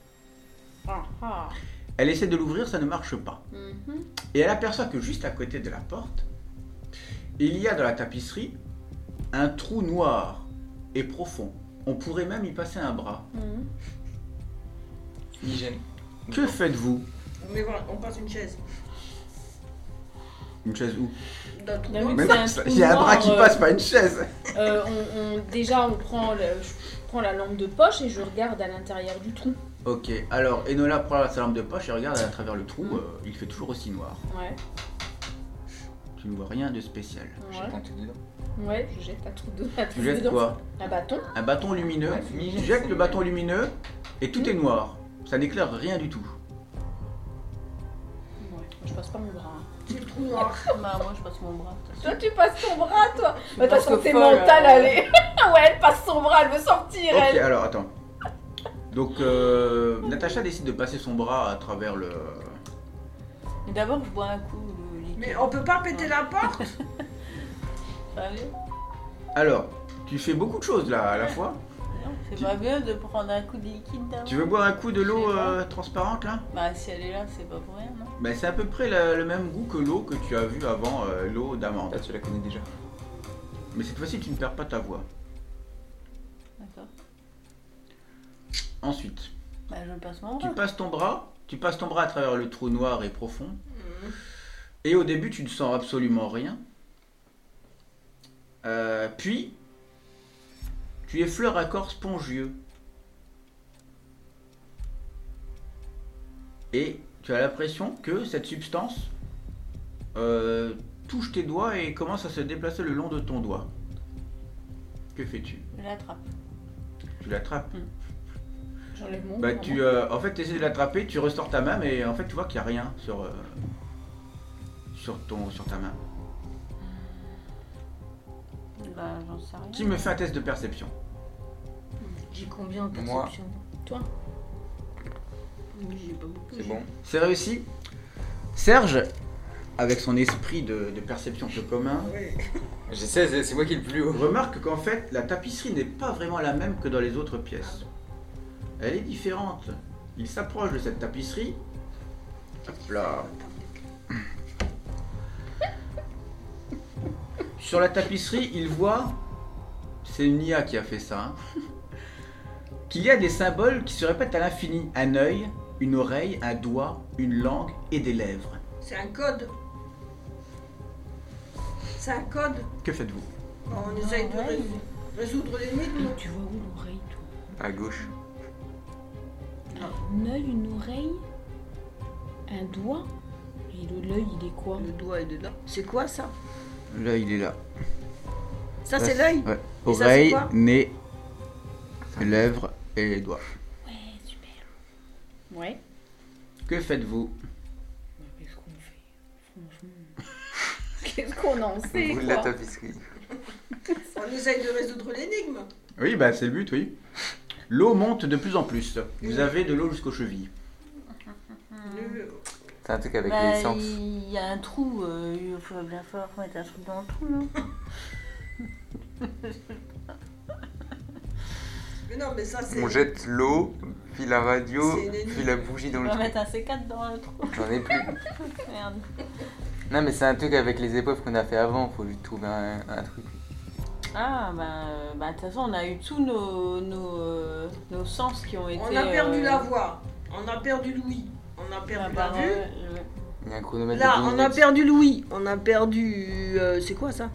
Ah, ah.
Elle essaie de l'ouvrir, ça ne marche pas.
Mhm.
Et elle aperçoit que juste à côté de la porte, il y a dans la tapisserie un trou noir et profond. On pourrait même y passer un bras.
Mhm.
hein. Hygiène.
Que faites-vous
Mais voilà, on passe une chaise.
Une chaise où
D'un trou
D'un
noir.
mur.
Même
C'est un
ça-
trou
Il y a un
noir,
bras qui
euh,
passe, pas une chaise.
Euh, on, on- déjà, on prend, le- je prends la lampe de poche et je regarde à l'intérieur du trou.
Ok, alors Enola prend sa lampe de poche et regarde à travers le trou.
Mm.
euh, il fait toujours aussi noir.
Ouais,
Tu ne vois rien de spécial.
ouais.
J'ai tenté dedans.
Ouais, je jette un trou de un
Tu
trou
jettes
dedans.
quoi
Un bâton.
Un bâton lumineux.
Ouais,
tu jettes le bâton lumineux et tout
Mm.
est noir. Ça n'éclaire rien du tout.
Ouais, je passe pas mon bras. hein.
C'est le trou noir.
Bah, moi, je passe mon bras. de toute façon.
Toi, tu passes ton bras, toi. De toute
parce
façon,
que
t'es
folle,
mentale,
euh.
elle est. [laughs] ouais, elle passe son bras, elle veut sortir,
Ok,
elle.
alors attends. Donc, euh, Natacha décide de passer son bras à travers le.
Mais d'abord, je bois un coup de liquide.
Mais on peut pas péter la porte
Pas mieux
Alors, tu fais beaucoup de choses là à la fois.
Non, c'est
Tu-
pas mieux de prendre un coup de liquide d'abord.
Tu veux boire un coup de l'eau
Je sais pas.
euh, transparente là
Bah, si elle est là, c'est pas pour rien, non
Ben, C'est à peu près la- le même goût que l'eau que tu as vu avant, euh, l'eau d'amande.
Là, Ah, tu la connais déjà.
Mais cette fois-ci, tu ne perds pas ta voix.
D'accord.
Ensuite,
Bah, je passe mon
tu
bras.
passes ton bras, tu passes ton bras à travers le trou noir et profond.
Mhm.
Et au début, tu ne sens absolument rien. Euh, puis, tu effleures un corps spongieux. Et tu as l'impression que cette substance euh, touche tes doigts et commence à se déplacer le long de ton doigt. Que fais-tu
Je l'attrape.
Tu l'attrapes
J'enlève mon
Bah
bras.
tu, euh, en fait, tu essaies de l'attraper, tu ressors ta main, mais en fait, tu vois qu'il n'y a rien sur euh, sur ton sur ta main.
Bah, j'en sais rien.
Qui me fait un test de perception
J'ai combien de
Moi.
perception
Toi.
Oui, j'ai pas beaucoup.
C'est bon.
C'est réussi. Serge, avec son esprit de, de perception peu commun,
Ouais.
J'ai 16, c'est moi qui est le plus haut.
remarque qu'en fait, la tapisserie n'est pas vraiment la même que dans les autres pièces. Elle est différente. Il s'approche de cette tapisserie. Hop là. Sur la tapisserie, il voit, c'est une IA qui a fait ça, hein, [laughs] qu'il y a des symboles qui se répètent à l'infini. Un œil, une oreille, un doigt, une langue et des lèvres.
C'est un code. C'est un code.
Que faites-vous
Bon, on essaye de
ouais.
rés- résoudre l'énigme.
Tu vois où l'oreille, toi
À gauche.
Un œil, une oreille, un doigt. Et le- l'œil, il est quoi
Le doigt est dedans. C'est quoi ça
Là, il est là.
Ça,
Ça,
c'est
c'est-
l'œil
Ouais.
Et ça, c'est
Oreille,
quoi
nez, lèvres et doigts.
Ouais, super.
Ouais. [laughs]
Que faites-vous
Mais Qu'est-ce qu'on fait Franchement.
Qu'est-ce qu'on en sait
Vous de la
quoi
tapisserie.
On essaye de résoudre l'énigme.
Oui, bah c'est le but, oui. L'eau monte de plus en plus. Vous avez de l'eau jusqu'aux chevilles.
Le-
C'est un truc avec
Hmm. Bah,
les sciences.
il y a un trou, euh, il faut bien falloir mettre un truc dans le trou, non
Mais non, mais ça, c'est.
On jette l'eau, puis la radio,
C'est une énigme.
puis la bougie dans
On
le
va
trou.
mettre un C4 dans le trou,
J'en ai plus.
merde.
Non mais c'est un truc avec les épreuves qu'on a fait avant, faut juste trouver un, un truc.
Ah, bah, euh, bah, de toute façon, on a eu tous nos, nos, euh, nos sens qui ont été...
On a perdu
euh,
la voix. On a perdu l'ouïe. On a
la
perdu la
parole,
vue.
euh,
Il y a un chronomètre
Là,
de deux
on a
minutes.
perdu l'ouïe, on a perdu. euh, c'est quoi ça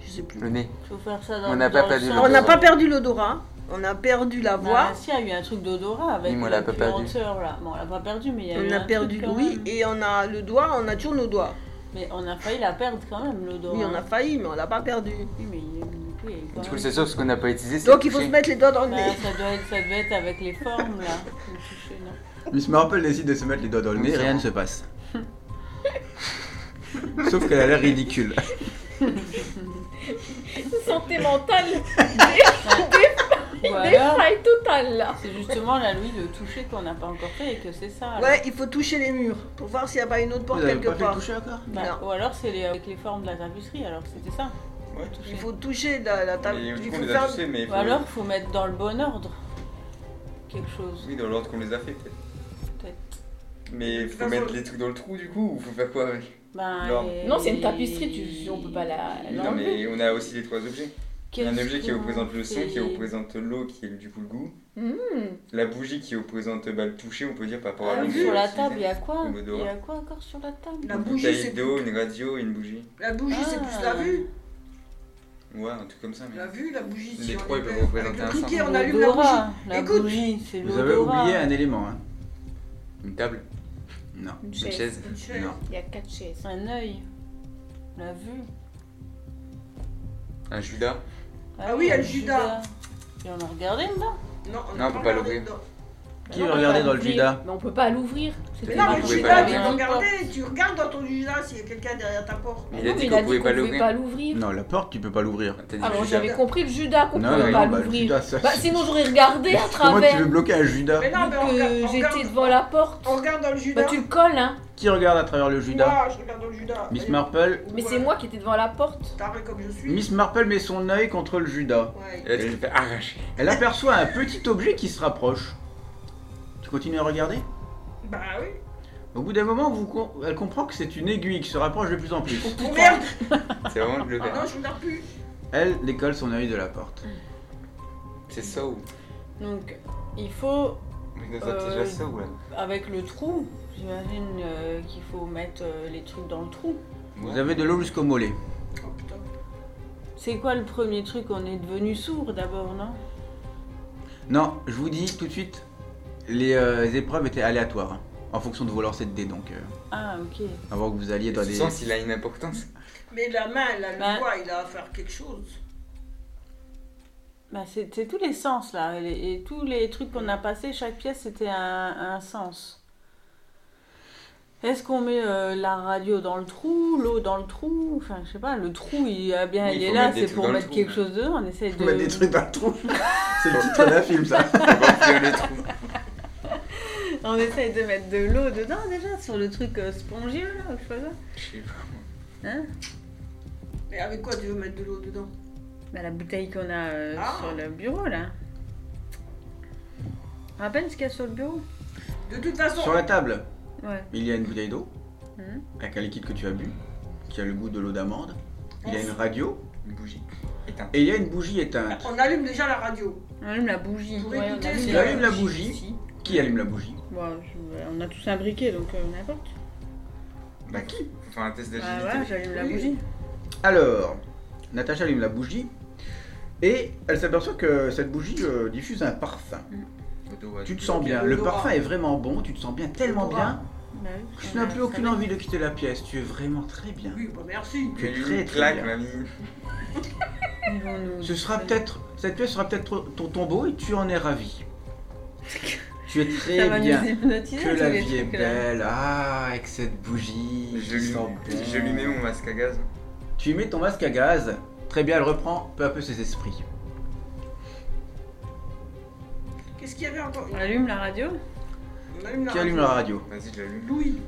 Je sais plus.
le nez.
faut faire ça dans
On n'a
n'a
pas perdu
On n'a
l'odorat.
pas perdu l'odorat, on a perdu la voix,
Ah, si, il y a eu un truc d'odorat avec
Oui, moi, on
la
l'a pas perdu.
puanteur, là. Bon, on l'a pas perdu, mais il y a eu
on
un
a
truc
perdu
quand
l'ouïe
même.
et on a le doigt, on a toujours nos doigts.
Mais on a failli la perdre quand même, l'odorat.
Oui, on a failli, mais on l'a pas perdu.
Oui, mais il est manipulé, il est quand
Du coup
même-
c'est sûr ce qu'on n'a pas utilisé c'est
Donc
le
il faut se
toucher.
mettre les doigts dans le
Bah,
nez.
ça, doit être, ça devait être avec les formes, là. [laughs] Le toucher,
[laughs]
non
Miss Marple décide de se mettre les doigts dans le nez, rien ne se passe. [laughs] Sauf qu'elle a l'air ridicule.
Santé mentale,
Ou alors,
défaille totale là.
c'est justement la Louis le toucher qu'on n'a pas encore fait et que c'est ça. alors.
Ouais, il faut toucher les murs pour voir s'il n'y a pas une autre porte
Vous avez
quelque
pas fait le
part.
toucher encore
Bah,
Non.
ou alors c'est les- avec les formes de la tapisserie, alors que c'était ça.
Ouais.
Toucher.
Il faut toucher la, la table.
Mais du
Il
coup, on
faut
les a
faire.
touchés, mais il
Ou
faut-
Bah alors faut mettre dans le bon ordre quelque chose,
Oui, dans l'ordre qu'on les a fait, peut-être.
peut-être.
Mais
De toute
faut
façon-
mettre les trucs dans le trou, du coup, ou faut faire quoi avec
Bah,
Non.
et-
Non, c'est une tapisserie, tu- on peut pas la-
Oui,
Non,
Non,
[laughs]
mais on a aussi les trois objets. Il y a un
Qu'est-ce
objet qui
qu'on
représente le son, qui
fait
représente l'eau, qui est du coup le goût.
Hmm.
La bougie qui représente bah, le toucher, on peut dire, par rapport à
Ah oui,
l'objet.
sur la
utilisé.
table, il y a quoi
Comme
Il
odorat.
y a quoi encore sur la table
La
Une
bougie,
bouteille
c'est
d'eau, une radio et une bougie.
la bougie, c'est plus la
Ah.
vue.
Ouais, un truc comme ça. Mais...
La vue, la bougie.
Les
si on
trois,
est
ils peuvent
avec le
représenter un
cliquet,
symbole.
on allume la bougie.
L'odorat, La
Écoute,
bougie, c'est
Vous avez
l'odorat.
oublié un élément, hein
Une table,
Non.
Une
une
chaise.
chaise.
Une chaise.
Non.
Il y a quatre chaises.
Un œil. La vue.
Un Judas.
Ah oui, il y a le Judas.
Et on a regardé dedans
Non, on
Non,
n'a
on peut pas
regardé
l'ouvrir.
dedans.
Qui veut regarder dans le
l'ouvrir.
Judas
Mais on peut pas l'ouvrir. C'était
Mais
Mais
non,
vous
mais le
pouvez
judas,
pas
il
l'ouvrir.
faut regarder. Tu regardes dans ton judas s'il y a quelqu'un derrière ta porte.
Il a
Ah non,
dit
mais
qu'on pouvait
qu'on
pas
pouvait
l'ouvrir.
pas l'ouvrir.
Non, la porte, tu peux pas l'ouvrir.
T'as dit
Ah bon,
Judas.
j'avais compris le Judas qu'on
Non,
pouvait
non,
pas
non, bah, le
l'ouvrir.
Judas, ça-
Bah, sinon j'aurais regardé à
Comment tu veux
travers.
bloquer un Judas
Mais non,
Vu
mais on regarde,
que
on regarde-
j'étais devant la porte.
On regarde dans le Judas.
Bah tu le colles hein.
Qui regarde à travers le Judas
Moi, je regarde dans le Judas.
Miss
Allez.
Marple
Mais
Ouais.
c'est moi qui étais devant la porte.
Taré comme je suis.
Miss Marple met son œil contre le Judas.
Ouais.
Et là tu te fais arracher.
Elle aperçoit un petit objet qui se rapproche. Tu continues à regarder
Bah oui.
Au bout d'un moment, vous com- elle comprend que c'est une aiguille qui se rapproche de plus en plus.
Oh merde Ah
C'est vraiment le
Non,
verre.
je regarde plus.
Elle décolle son œil de la porte.
C'est ça ou
Donc, il faut,
Mais
ça, c'est Euh, déjà ça
ça ou là
avec le trou, j'imagine euh, qu'il faut mettre euh, les trucs dans le trou.
Vous avez de l'eau jusqu'au mollet.
Oh putain.
C'est quoi le premier truc On est devenu sourd d'abord, non
Non, je vous dis tout de suite, les euh, épreuves étaient aléatoires. hein, en fonction de vos lancers de dés, donc euh,
Ah, ok.
avant que vous alliez dans
Le
des.
sens il a une importance. [laughs]
Mais la main, là, le
Bah.
doigt, il a à faire quelque chose.
Bah, c'est c'est tous les sens là, et, les- et tous les trucs qu'on a passés, chaque pièce c'était un, un sens. Est-ce qu'on met euh, la radio dans le trou, l'eau dans le trou Enfin, je sais pas, le trou il, ah bien,
Oui,
il
faut
est là,
mettre des
c'est
trucs
pour
dans le
mettre
trou,
quelque
mais-
chose dedans, on essaie de.
Mettre des trucs dans le trou. C'est le titre d'un film, ça.
On va ouvrir le trou.
[laughs] On essaye de mettre de l'eau dedans déjà, sur le truc euh, spongieux là, ou je sais pas quoi. hein?
Je sais pas.
Mais avec quoi tu veux mettre de l'eau dedans
Bah, la bouteille qu'on a euh,
Ah.
sur le bureau là. Rappelle ce qu'il y a sur le bureau
De toute façon,
Sur la table,
Ouais.
il y a une bouteille d'eau,
Mhm.
avec un liquide que tu as bu, qui a le goût de l'eau d'amande. Il y a
On-
une radio,
Une bougie.
et il y a une bougie éteinte.
on allume déjà la radio.
On allume la bougie.
Pour
Ouais, on
écouter
a
ce
mis
Il
qu'il y a.
allume la bougie.
Si.
Qui allume la bougie
Bon, je- on a tous un briquet donc euh, n'importe.
Bah
Ben,
qui
Faut faire un test
Ah
d'agilité.
ouais, j'allume la
Oui.
bougie.
Alors, Natacha allume la bougie et elle s'aperçoit que cette bougie euh, diffuse un parfum.
Odoa,
Tu te
du-
sens bien, le
Odorat.
parfum est vraiment bon, tu te sens bien, tellement bien,
Bah oui,
que tu
on
n'as
a-
plus
ça
aucune
va.
envie de quitter la pièce, tu es vraiment très bien.
Oui, bah merci.
Tu es
Lui,
très très
claque,
bien.
mamie.
Ils vont nous-
Ce sera peut-être, cette pièce sera peut-être ton- ton tombeau et tu en es ravi. tu es
Ça
très
va
bien.
nous hypnotiser.
Que
tous
la
les
vie est
trucs, euh, là.
belle, ah, avec cette bougie,
Je
qui
lui,
sent bon.
je lui mets mon masque à gaz.
Tu mets ton masque à gaz, très bien, elle reprend peu à peu ses esprits.
Qu'est-ce qu'il y avait encore
On allume la radio.
On allume la
Qui allume la radio
Vas-y, je l'allume.
Louis.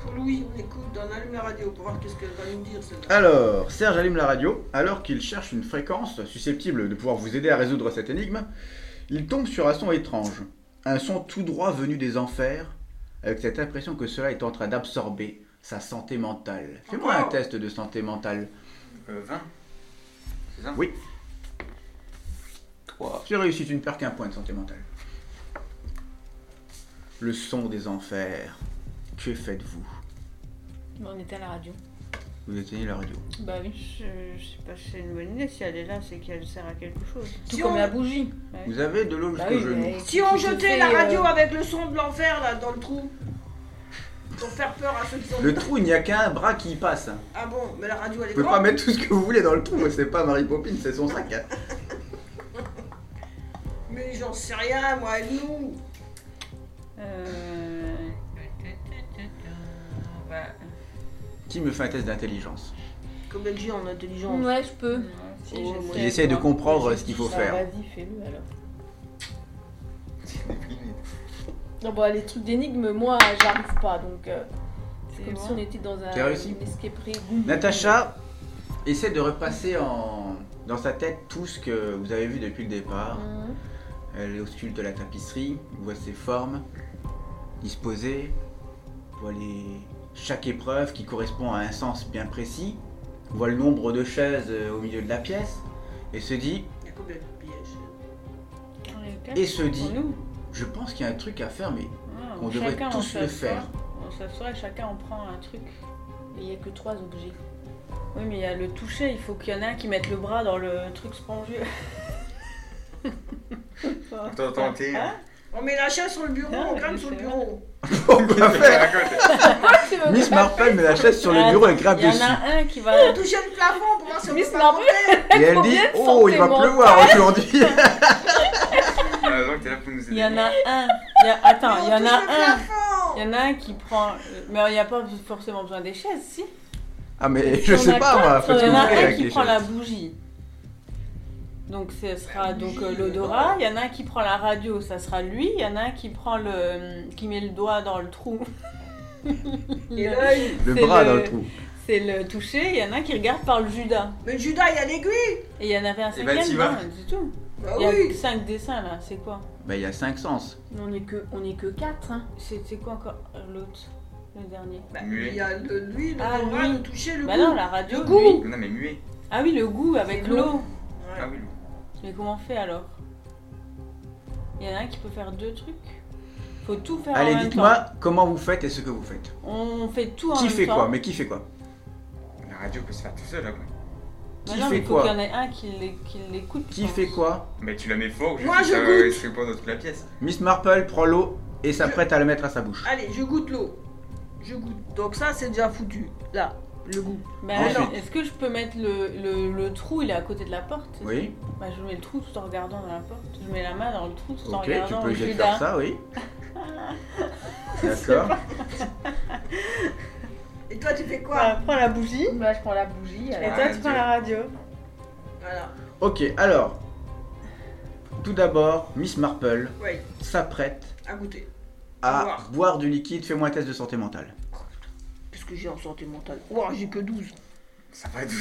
Pour Louis, on écoute, on allume la radio pour voir qu'est-ce qu'elle va nous dire celle-là.
Alors, Serge allume la radio. Alors qu'il cherche une fréquence susceptible de pouvoir vous aider à résoudre cette énigme, il tombe sur un son étrange. Un son tout droit venu des enfers, avec cette impression que cela est en train d'absorber sa santé mentale. Fais-moi un
Encore
test de santé mentale.
Euh, 20.
C'est ça
Oui.
3.
Tu réussis, tu ne perds qu'un point de santé mentale. Le son des enfers. Que faites-vous
On était à la radio.
Vous éteignez la radio.
Bah oui.
Je, je sais pas si c'est une bonne idée, si elle est là, c'est qu'elle sert à quelque chose.
Tout
Si
comme
on-
la bougie.
Vous avez de l'eau
Bah
jusqu'au
oui,
genou.
mais
Si on
qui te
jetait
fait,
la
euh,
radio avec le son de l'enfer là dans le trou, pour faire peur à ceux qui sont.
Le trou, il n'y a qu'un bras qui y passe.
Ah bon, mais la radio elle est
Vous pouvez pas
grande.
mettre tout ce que vous voulez dans le trou, moi, c'est pas Marie Poppins, c'est son sac. hein.
Mais j'en sais rien, moi, nous.
euh, bah,
Qui me fait un test d'intelligence
Combien de j'ai en intelligence
Ouais, je
euh,
peux.
Oh,
j'essaie.
moi,
Il essaie de
pas.
comprendre ce qu'il faut
Bah,
faire.
Vas-y, fais-le alors.
Non, bah, les trucs d'énigmes, moi, j'arrive pas donc. euh, c'est comme si on était dans un
T'as réussi
une escaperie.
Natacha essaie de repasser en... dans sa tête tout ce que vous avez vu depuis le départ.
Mm.
Mhm.
Elle ausculte la tapisserie, voit ses formes disposées, voit les... chaque épreuve qui correspond à un sens bien précis, voit le nombre de chaises euh, au milieu de la pièce, et se dit,
Il y a combien de pièges
et se dit,
Pour nous,
je pense qu'il y a un truc à faire, mais
Ah,
on devrait
chacun, on
tous le
s'assoit.
faire.
On s'assoit et chacun en prend un truc.
Mais Il y a que trois objets.
Oui, mais il y a le toucher, il faut qu'il y en ait un qui mette le bras dans le truc spongieux.
On t'a tenté. hein.
On met la chaise sur le bureau,
Non,
on
mais
crame
c'est
sur le
vrai.
bureau.
On peut faire.
Tu
Mmh.
veux
Miss
pas
Marple met la chaise sur le bureau et grimpe
Il y en
Ah, dessus.
a un qui va.
On touchait le plafond pour voir si on
Miss
peut pas
Marple.
monter.
Et elle dit
Combien de
Oh, il va
sentiments
[laughs]
pleuvoir aujourd'hui [laughs]
Heureusement que t'es là pour nous
Il
aider.
y en a un. il y a- Attends, il y
Mais on
en
touche le
a un.
plafond.
Il y en a un qui prend. euh, Mais il n'y a pas forcément besoin des chaises, si.
Ah, mais je
Il y en a
sais pas moi,
quatre,
faut
Il y en a
trouver
un
avec
qui
les
prend la
choses.
bougie. Donc ce sera donc euh, l'odorat. Il y en a un qui prend la radio, ça sera lui. Il y en a un qui prend le, euh, qui met le doigt dans le trou.
Et
Le-
l'œil.
Le
c'est
bras dans
le-
le trou.
C'est le toucher. Il y en a un qui regarde par le Judas.
Mais Judas, il y a l'aiguille.
Et il y en avait un
Eh ben,
cinquième.
t'y vas.
non, du tout.
Bah
Ah
Il y a
oui.
cinq dessins là. C'est quoi
Bah, il y a cinq sens.
Mais On est que, on est que quatre. Hein.
C'est c'est quoi encore l'autre, le dernier
Bah,
Muet.
il y a le, lui, le
Ah,
bras,
lui.
le toucher, le
Bah
goût.
non, la radio.
Le goût.
lui.
Non, mais muet.
Ah oui, le goût avec
C'est l'eau.
l'eau.
Ouais.
Ah oui, Lou.
Mais comment on fait alors Il y en a un qui peut faire deux trucs. Faut tout faire en
Allez,
même temps.
dites-moi comment vous faites et ce que vous faites.
On fait tout en
Qui
même
fait
temps.
quoi Mais qui fait quoi
La radio peut se faire tout seul après.
Bah
Qui
non,
fait
mais
quoi
faut qu'il y en ait un qui l'é- qui l'écoute. je
Qui
pense.
fait quoi
Mais tu la mets fort, juste
Moi,
que
je
ça
goûte.
euh, se répand dans toute la pièce.
Miss Marple prend l'eau et s'apprête à le mettre à sa bouche.
Allez, je goûte l'eau. Je goûte. Donc ça, c'est déjà foutu. Là, le goût.
Bah
Ensuite.
alors, est-ce que je peux mettre le, le- le trou Il est à côté de la porte. c'est
Oui,
ça Bah je mets le trou tout en regardant dans la porte. Je mets la main dans le trou tout en
ok, tu
regardant
peux
le
essayer de
Judas.
faire ça,
[laughs]
oui. D'accord.
Et toi, tu fais quoi
Voilà, prends la bougie.
Bah, je prends la bougie.
Et
alors.
Ah,
toi, tu prends la radio.
Voilà.
Ok, alors. Tout d'abord, Miss Marple
Ouais,
s'apprête
à goûter.
à
Boire.
boire du liquide. Fais-moi un test de santé mentale.
Qu'est-ce que j'ai en santé mentale Ouah, j'ai que 12.
Ça va d'où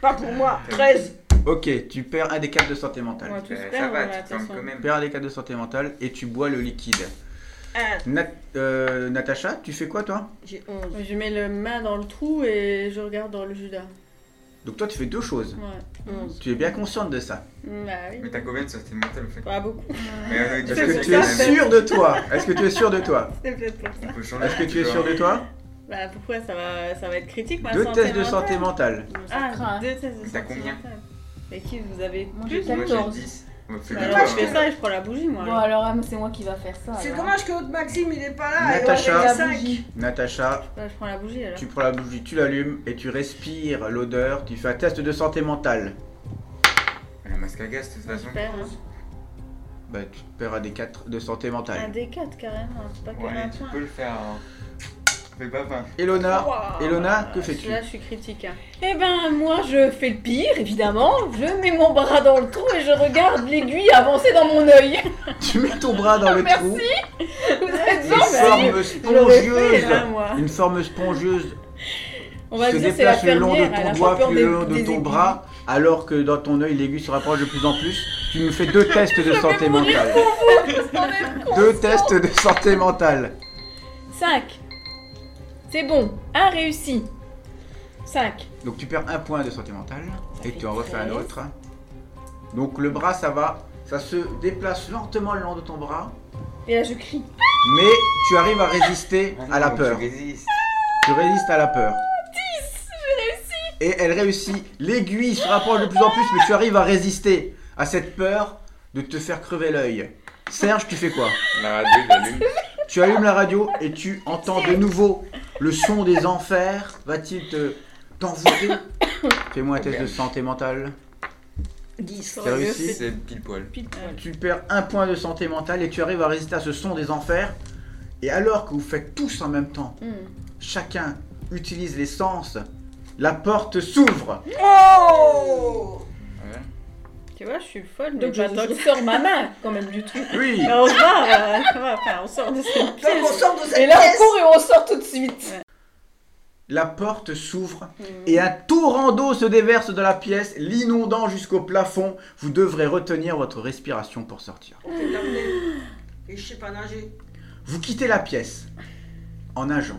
Pas pour moi. 13.
Ok, tu perds un des quatre de santé mentale.
On va tous
Euh, Ça
perdre,
hein,
va,
là, de
tu
toute
tombes
façon.
quand même.
Perds des cas de santé mentale et tu bois le liquide.
1.
Nat- euh, Natacha, tu fais quoi toi
J'ai 11.
Je mets le main dans le trou et je regarde dans le Judas.
Donc toi tu fais deux choses.
Ouais.
11.
Tu es bien consciente de ça.
Bah oui.
Mais t'as combien de santé mentale en fait
Pas beaucoup.
Mais on a dit
Est-ce
C'est
que
que
pour
tu
ça,
es
en fait.
sûre de toi Est-ce que tu es sûre de toi
C'est peut-être pour ça.
On peut changer.
Est-ce que tu es sûre de toi
Bah pourquoi ça va, ça va être critique ma
Deux
santé
tests de santé mentale.
Ah,
hein.
craint.
deux tests de santé
T'as combien
mentale. Mais qui vous avez
Moi, j'ai
plus Bah,
Moi j'ai
14.
10. Bah, fais
alors,
le
moi,
tour,
je fais
hein.
ça et je prends la bougie moi.
Bon,
alors.
alors, ah, mais c'est moi qui va faire ça.
C'est
alors.
dommage que l'autre Maxime il est pas là
Natacha.
et on
La
est 5.
bougie.
Natacha,
Bah, je prends la bougie alors.
tu prends la bougie, tu l'allumes et tu respires l'odeur. Tu fais un test de santé mentale.
La masque à gaz, de toute façon.
Super, hein.
Bah, tu paieras des 4 de santé
Un
mentale.
D4
hein,
carrément, c'est pas que
Ouais,
un
tu
point.
peux le faire. hein. Fais pas peur.
Elona,
Ouah.
Elona, que fais-tu
Là, je suis critique. hein.
Eh ben, moi, je fais le pire, évidemment. Je mets mon bras dans le trou et je regarde l'aiguille avancer dans mon œil. [laughs]
Tu mets ton bras dans le
Merci.
trou.
Vous êtes
Une
gens, mais-
forme
l'aurais fait,
spongieuse.
là, moi.
Une forme spongieuse
On va
se
dire, c'est la
déplace le long de
fermière, elle
ton
a
doigt
pas peur
puis le long
des-
de
des
ton
aiguilles.
bras, alors que dans ton œil l'aiguille se rapproche de plus en plus. Tu me fais deux tests de santé mentale. [laughs] Deux tests de santé mentale.
5. C'est bon. Un réussi. 5.
Donc tu perds un point de santé mentale
Ça
et
fait
tu en refais un
13.
autre. Donc le bras ça va, ça se déplace lentement le long de ton bras,
Et là, je crie.
mais tu arrives à résister à la
Donc,
peur.
Tu résistes.
Tu résistes à la peur. 10 J'ai réussi Et elle réussit. L'aiguille se rapproche de plus en plus, mais tu arrives à résister à cette peur de te faire crever l'œil. Serge, tu fais quoi
La radio, j'allume.
Tu allumes la radio et tu entends de nouveau le son des enfers. Va-t-il te t'envoûter Fais-moi un test de santé mentale.
10.
T'as réussi
C'est pile poil.
euh,
Tu perds un point de santé mentale et tu arrives à résister à ce son des enfers. Et alors que vous faites tous en même temps,
hmm.
chacun utilise les sens, la porte s'ouvre.
Oh
Tu vois, je suis folle.
Donc,
Donc,
je,
j'attends.
je sors ma main, quand même, du
[laughs]
truc.
Oui,
Oh,
Mais on part, euh, on va- enfin, on sort de cette
Donc on
pièce.
sort de cette
Et là, on
pièce.
court et on sort tout de suite.
la porte s'ouvre et un torrent d'eau se déverse de la pièce, l'inondant jusqu'au plafond. Vous devrez retenir votre respiration pour sortir.
T'es terminé. Et je sais pas nager.
Vous quittez la pièce en nageant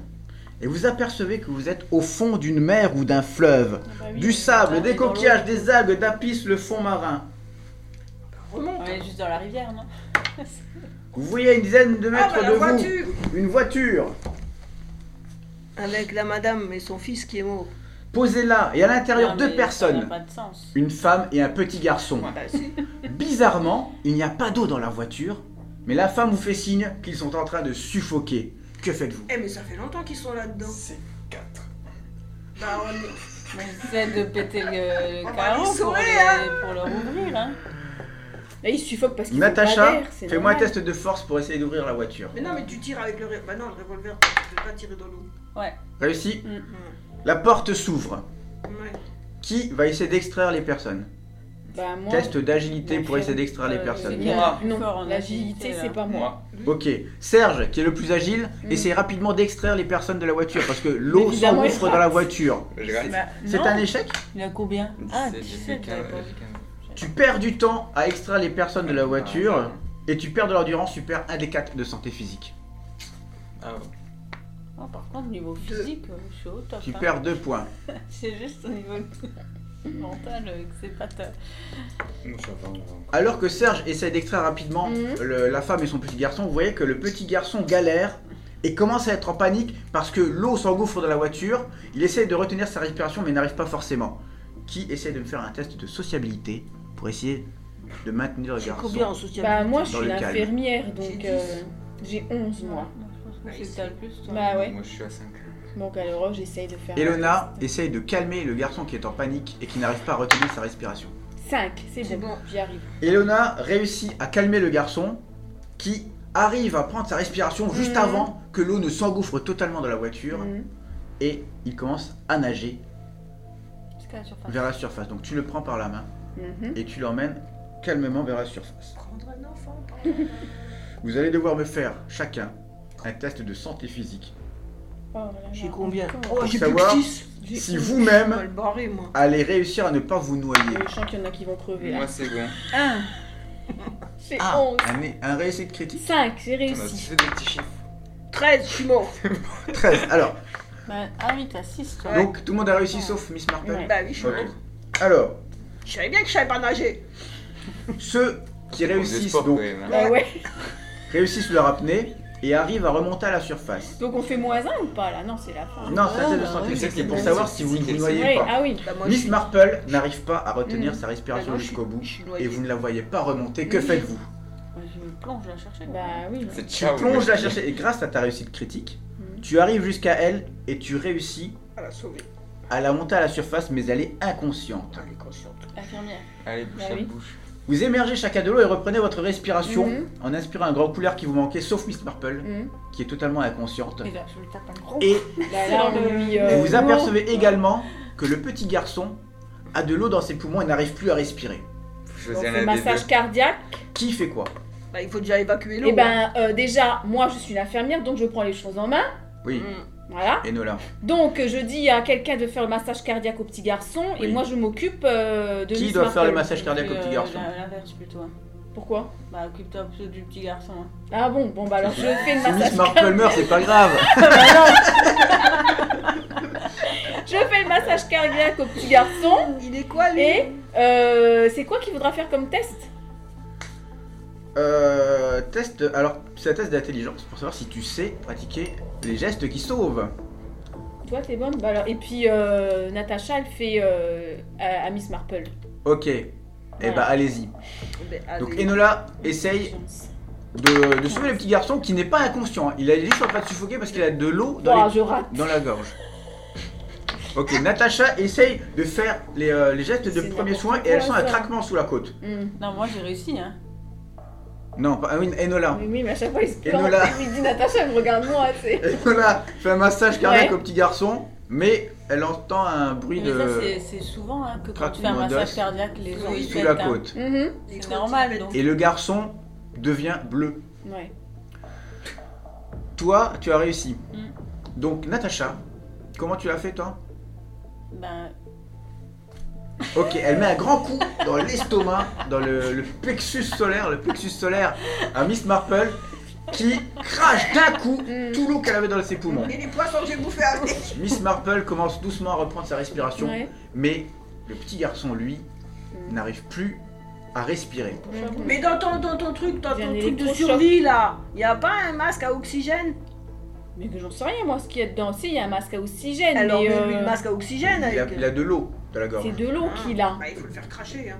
et vous apercevez que vous êtes au fond d'une mer ou d'un fleuve. Du sable, des coquillages, des algues, d'apis, le fond marin.
On est juste dans la rivière, non
Vous voyez à une dizaine de
Ah
mètres
bah
de
la
vous
voiture
une voiture.
Avec la madame et son fils qui est mort.
Posez là et à
Non,
l'intérieur
mais
deux
Ça n'a
personnes,
pas de sens.
une femme et un petit garçon.
Bah si.
Bizarrement, il n'y a pas d'eau dans la voiture, mais la femme vous fait signe qu'ils sont en train de suffoquer. Que faites-vous
Eh mais ça fait longtemps qu'ils sont là-dedans.
C'est 4.
Bah on est...
On essaie de péter le, le
On va les
carreau pour,
sauver,
les-
hein.
pour le rouvrir. Hein.
Là, il suffoque parce qu'il faut pas
Natacha,
d'air, c'est
fais-moi un
normal.
test de force pour essayer d'ouvrir la voiture.
Mais non mais tu tires avec le... ré- Bah non le revolver, tu peux pas tirer dans l'eau.
Réussi
Mm.
La porte s'ouvre.
Ouais.
Qui va essayer d'extraire les personnes
Bah, moi,
Test d'agilité
Moi,
pour
je-
essayer d'extraire les
euh,
personnes.
c'est bien.
Moi.
Non,
Fort en
l'agilité,
agilité, là.
c'est pas moi.
Ok, Serge, qui est le plus agile,
Mm.
essaye rapidement d'extraire les personnes de la voiture parce que l'eau
Évidemment, il
s'engouffre
frappe.
dans la voiture.
Je reste.
Bah,
C'est
non.
un échec
Il a combien Ah, 17, t'avais pas vu.
Tu perds du temps à extraire les personnes de la voiture et tu perds de l'endurance, tu perds un des quatre de santé physique.
Ah ouais.
Oh, par contre, niveau physique, euh, je suis au top.
Tu
hein.
perds deux points.
C'est juste au niveau [laughs] mental euh, que c'est pas top.
Moi, je suis encore en-
Alors que Serge essaie d'extraire rapidement
Mhm.
le- la femme et son petit garçon, vous voyez que le petit garçon galère et commence à être en panique parce que l'eau s'engouffre dans la voiture. Il essaie de retenir sa respiration mais n'arrive pas forcément. Qui essaie de me faire un test de sociabilité pour essayer de maintenir le
J'ai
garçon
combien en soutien
Bah, moi, je
Dans
suis
le calme.
l'infirmière,
J'ai
donc
dix.
euh, j'ai 11, moi.
Je pense que c'est
Nice.
le tal plus, toi.
Bah, ouais.
Moi, je suis à 5.
Donc, alors, j'essaye de faire.
Elona essaye de calmer le garçon qui est en panique et qui n'arrive pas à retenir sa respiration.
5, c'est
C'est
bon.
bon.
J'y arrive.
Elona réussit à calmer le garçon qui arrive à prendre sa respiration juste
Mhm.
avant que l'eau ne s'engouffre totalement dans la voiture
Mhm.
et il commence à nager
Jusqu'à la surface.
vers la surface. Donc tu le prends par la main
Mhm.
et tu l'emmènes calmement vers la surface.
Prendre un enfant. par-
Vous allez devoir me faire chacun un test de santé physique.
Oh là là.
J'ai combien
Encore.
Oh j'ai plus
savoir
que 6.
J'ai-
Si
Je vais
vous-même
le barrer moi.
allez réussir à ne pas vous noyer.
Je sens qu'il y en a qui vont crever. là.
Moi, c'est bon.
J'ai
Ah,
11.
un, é- un réussite critique
5, j'ai
On a tous
réussi.
fait des petits chiffres.
13, je suis mort.
13. Alors,
Bah, ah oui, t'as 6 toi.
donc tout le monde a réussi sauf Miss Marple.
Ouais.
Bah oui, je suis
Ok.
mort.
Alors,
Je savais bien que je savais pas nager.
ceux qui
On fait des
réussissent
sports,
donc
quand même, hein.
Bah ouais.
réussissent leur apnée et arrive à remonter à la surface.
Donc on fait moins 1 ou pas là Non, c'est la fin.
Non, ça c'est le
bah
scientifique,
oui,
c'est
c'est
pour
bon,
savoir
c'est
si vous ne vous
physique,
noyez
Ah. Ouais,
pas.
ah oui.
Bah, moi, je
Miss
suis-
Marple n'arrive pas à retenir sa
bah, non,
respiration
je suis-
jusqu'au bout
je suis
et
noyée.
vous ne la voyez pas remonter. Que
Oui.
faites-vous
Bah, Je me plonge la chercher.
Bah oui.
C'est
Ah
Tu
ciao.
plonges la chercher et grâce à ta réussite critique, tu arrives jusqu'à elle et tu réussis
Ah, la sauver.
à la monter à la surface mais elle est inconsciente.
Elle est consciente.
Infirmière.
Allez, bouche
Bah
à
oui.
bouche.
Vous émergez chacun de l'eau et reprenez votre respiration
Mhm.
en inspirant un grand couleur qui vous manquait sauf Miss Marple
Mhm.
qui est totalement inconsciente.
Et là, je lui tape un gros.
Et [laughs]
Là, Bah, là, on lui.
Et
euh,
vous apercevez également que le petit garçon a de l'eau dans ses poumons et n'arrive plus à respirer.
Faut
on
choisir
fait
l'un des deux.
massage cardiaque.
Qui fait quoi
Bah, il faut déjà évacuer l'eau.
Et ben euh, déjà, moi je suis l'infirmière donc je prends les choses en main.
Oui,
Mm.
Voilà.
Enola.
Donc euh, je dis à quelqu'un de faire le massage cardiaque au petit garçon et
Oui.
moi je m'occupe euh, de
Qui
Miss
doit faire le
Marple.
massage cardiaque au petit garçon
euh, L'inverse plutôt. hein.
Pourquoi
Bah occupe-toi plutôt du petit garçon. hein.
Ah bon, bon bah alors je fais le
Si Miss
massage
Marple meurt, c'est pas grave.
Je fais le massage cardiaque au petit garçon
hein. Il est quoi, lui
et euh, c'est quoi qu'il faudra faire comme test
Euh, test. Alors, c'est un test d'intelligence pour savoir si tu sais pratiquer les gestes qui sauvent.
Toi t'es bonne bah, alors, Et puis euh, Natacha elle fait euh, à, à Miss Marple.
Ok. Eh ben,
Voilà.
allez-y.
Ben, allez.
Donc, Enola essaye de, de sauver le petit garçon qui n'est pas inconscient. hein. Il est juste en train de suffoquer parce qu'il a de l'eau dans,
Ouah,
les-
Bah, je rate.
dans la gorge. Ok, Natacha essaye de faire les, euh, les gestes de
C'est
premier
n'importe
soin et
quoi,
elle sent un
ça.
craquement sous la côte.
Hmm.
Non, moi j'ai réussi. Hein.
Non, pas ah oui, Enola.
Oui, oui, mais à chaque fois il se
Et
plante.
Lola.
Il dit Natacha, elle me regarde moi, c'est.
Enola fait un massage cardiaque
Ouais.
au petit garçon, mais elle entend un bruit
Mais ça, c'est-
de
c'est souvent hein, que quand tu fais
craquement
un massage
d'os
cardiaque, les gens
sous
ils
sous
pètent,
la
hein.
côte.
Mhm.
Les
C'est
côtes,
normal
ils
donc.
Et le garçon devient bleu.
Ouais.
Toi, tu as réussi.
Mm.
Donc, Natacha, comment tu l'as fait, toi
Ben,
Ok, elle met un grand coup dans l'estomac, dans le, le plexus solaire, le plexus solaire à Miss Marple, qui crache d'un coup
Mm.
tout l'eau qu'elle avait dans ses poumons.
mettent- Et les poissons que j'ai
[laughs]
bouffés avec.
Miss Marple commence doucement à reprendre sa respiration,
Ouais.
mais le petit garçon, lui,
Mm.
n'arrive plus à respirer.
Mhm.
Mais dans ton, dans ton truc, dans
Il y a
ton
un
truc de
électrochoc.
survie là, y a pas un masque à oxygène
Mais que j'en sais rien, moi, ce qu'il y a dedans. Si, il y a un masque à oxygène,
Alors
mais.
mets-lui
euh,
le masque à oxygène.
Il a,
avec-
il a de l'eau dans la gorge.
c'est de l'eau qu'il a.
Bah, il faut le faire cracher. Hein.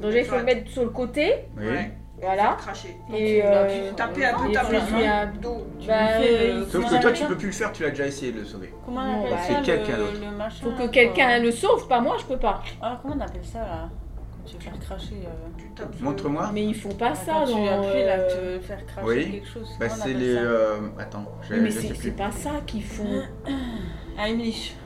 Donc là, il faut le mettre sur le côté.
Oui.
Ouais.
Voilà.
Cracher.
Et. euh,
Taper un peu,
et
taper
puis, euh,
d'eau.
Tu
bah,
lui fais,
euh,
euh,
Sauf
Comment
que
on
toi,
appelle
tu
ça
peux plus le faire, tu l'as déjà essayé de le sauver.
comment on
Bon,
appelle
bah,
ça
c'est quelqu'un
le,
d'autre.
le machin
faut que
là,
quelqu'un
quoi.
le sauve, pas moi, je peux pas.
Ah, comment on appelle ça là Quand tu veux faire cracher. euh,
Tu tapes.
Montre-moi.
Mais ils font pas Ah, ça
quand tu
dans.
appuies là, tu
euh,
veux faire cracher
oui.
quelque chose.
Bah,
comment on
c'est
appelle
les.
ça
euh, Attends, je,
oui, mais
je sais
c'est
plus.
c'est pas ça qu'ils font.
euh,
[coughs] Ah, Heimlich.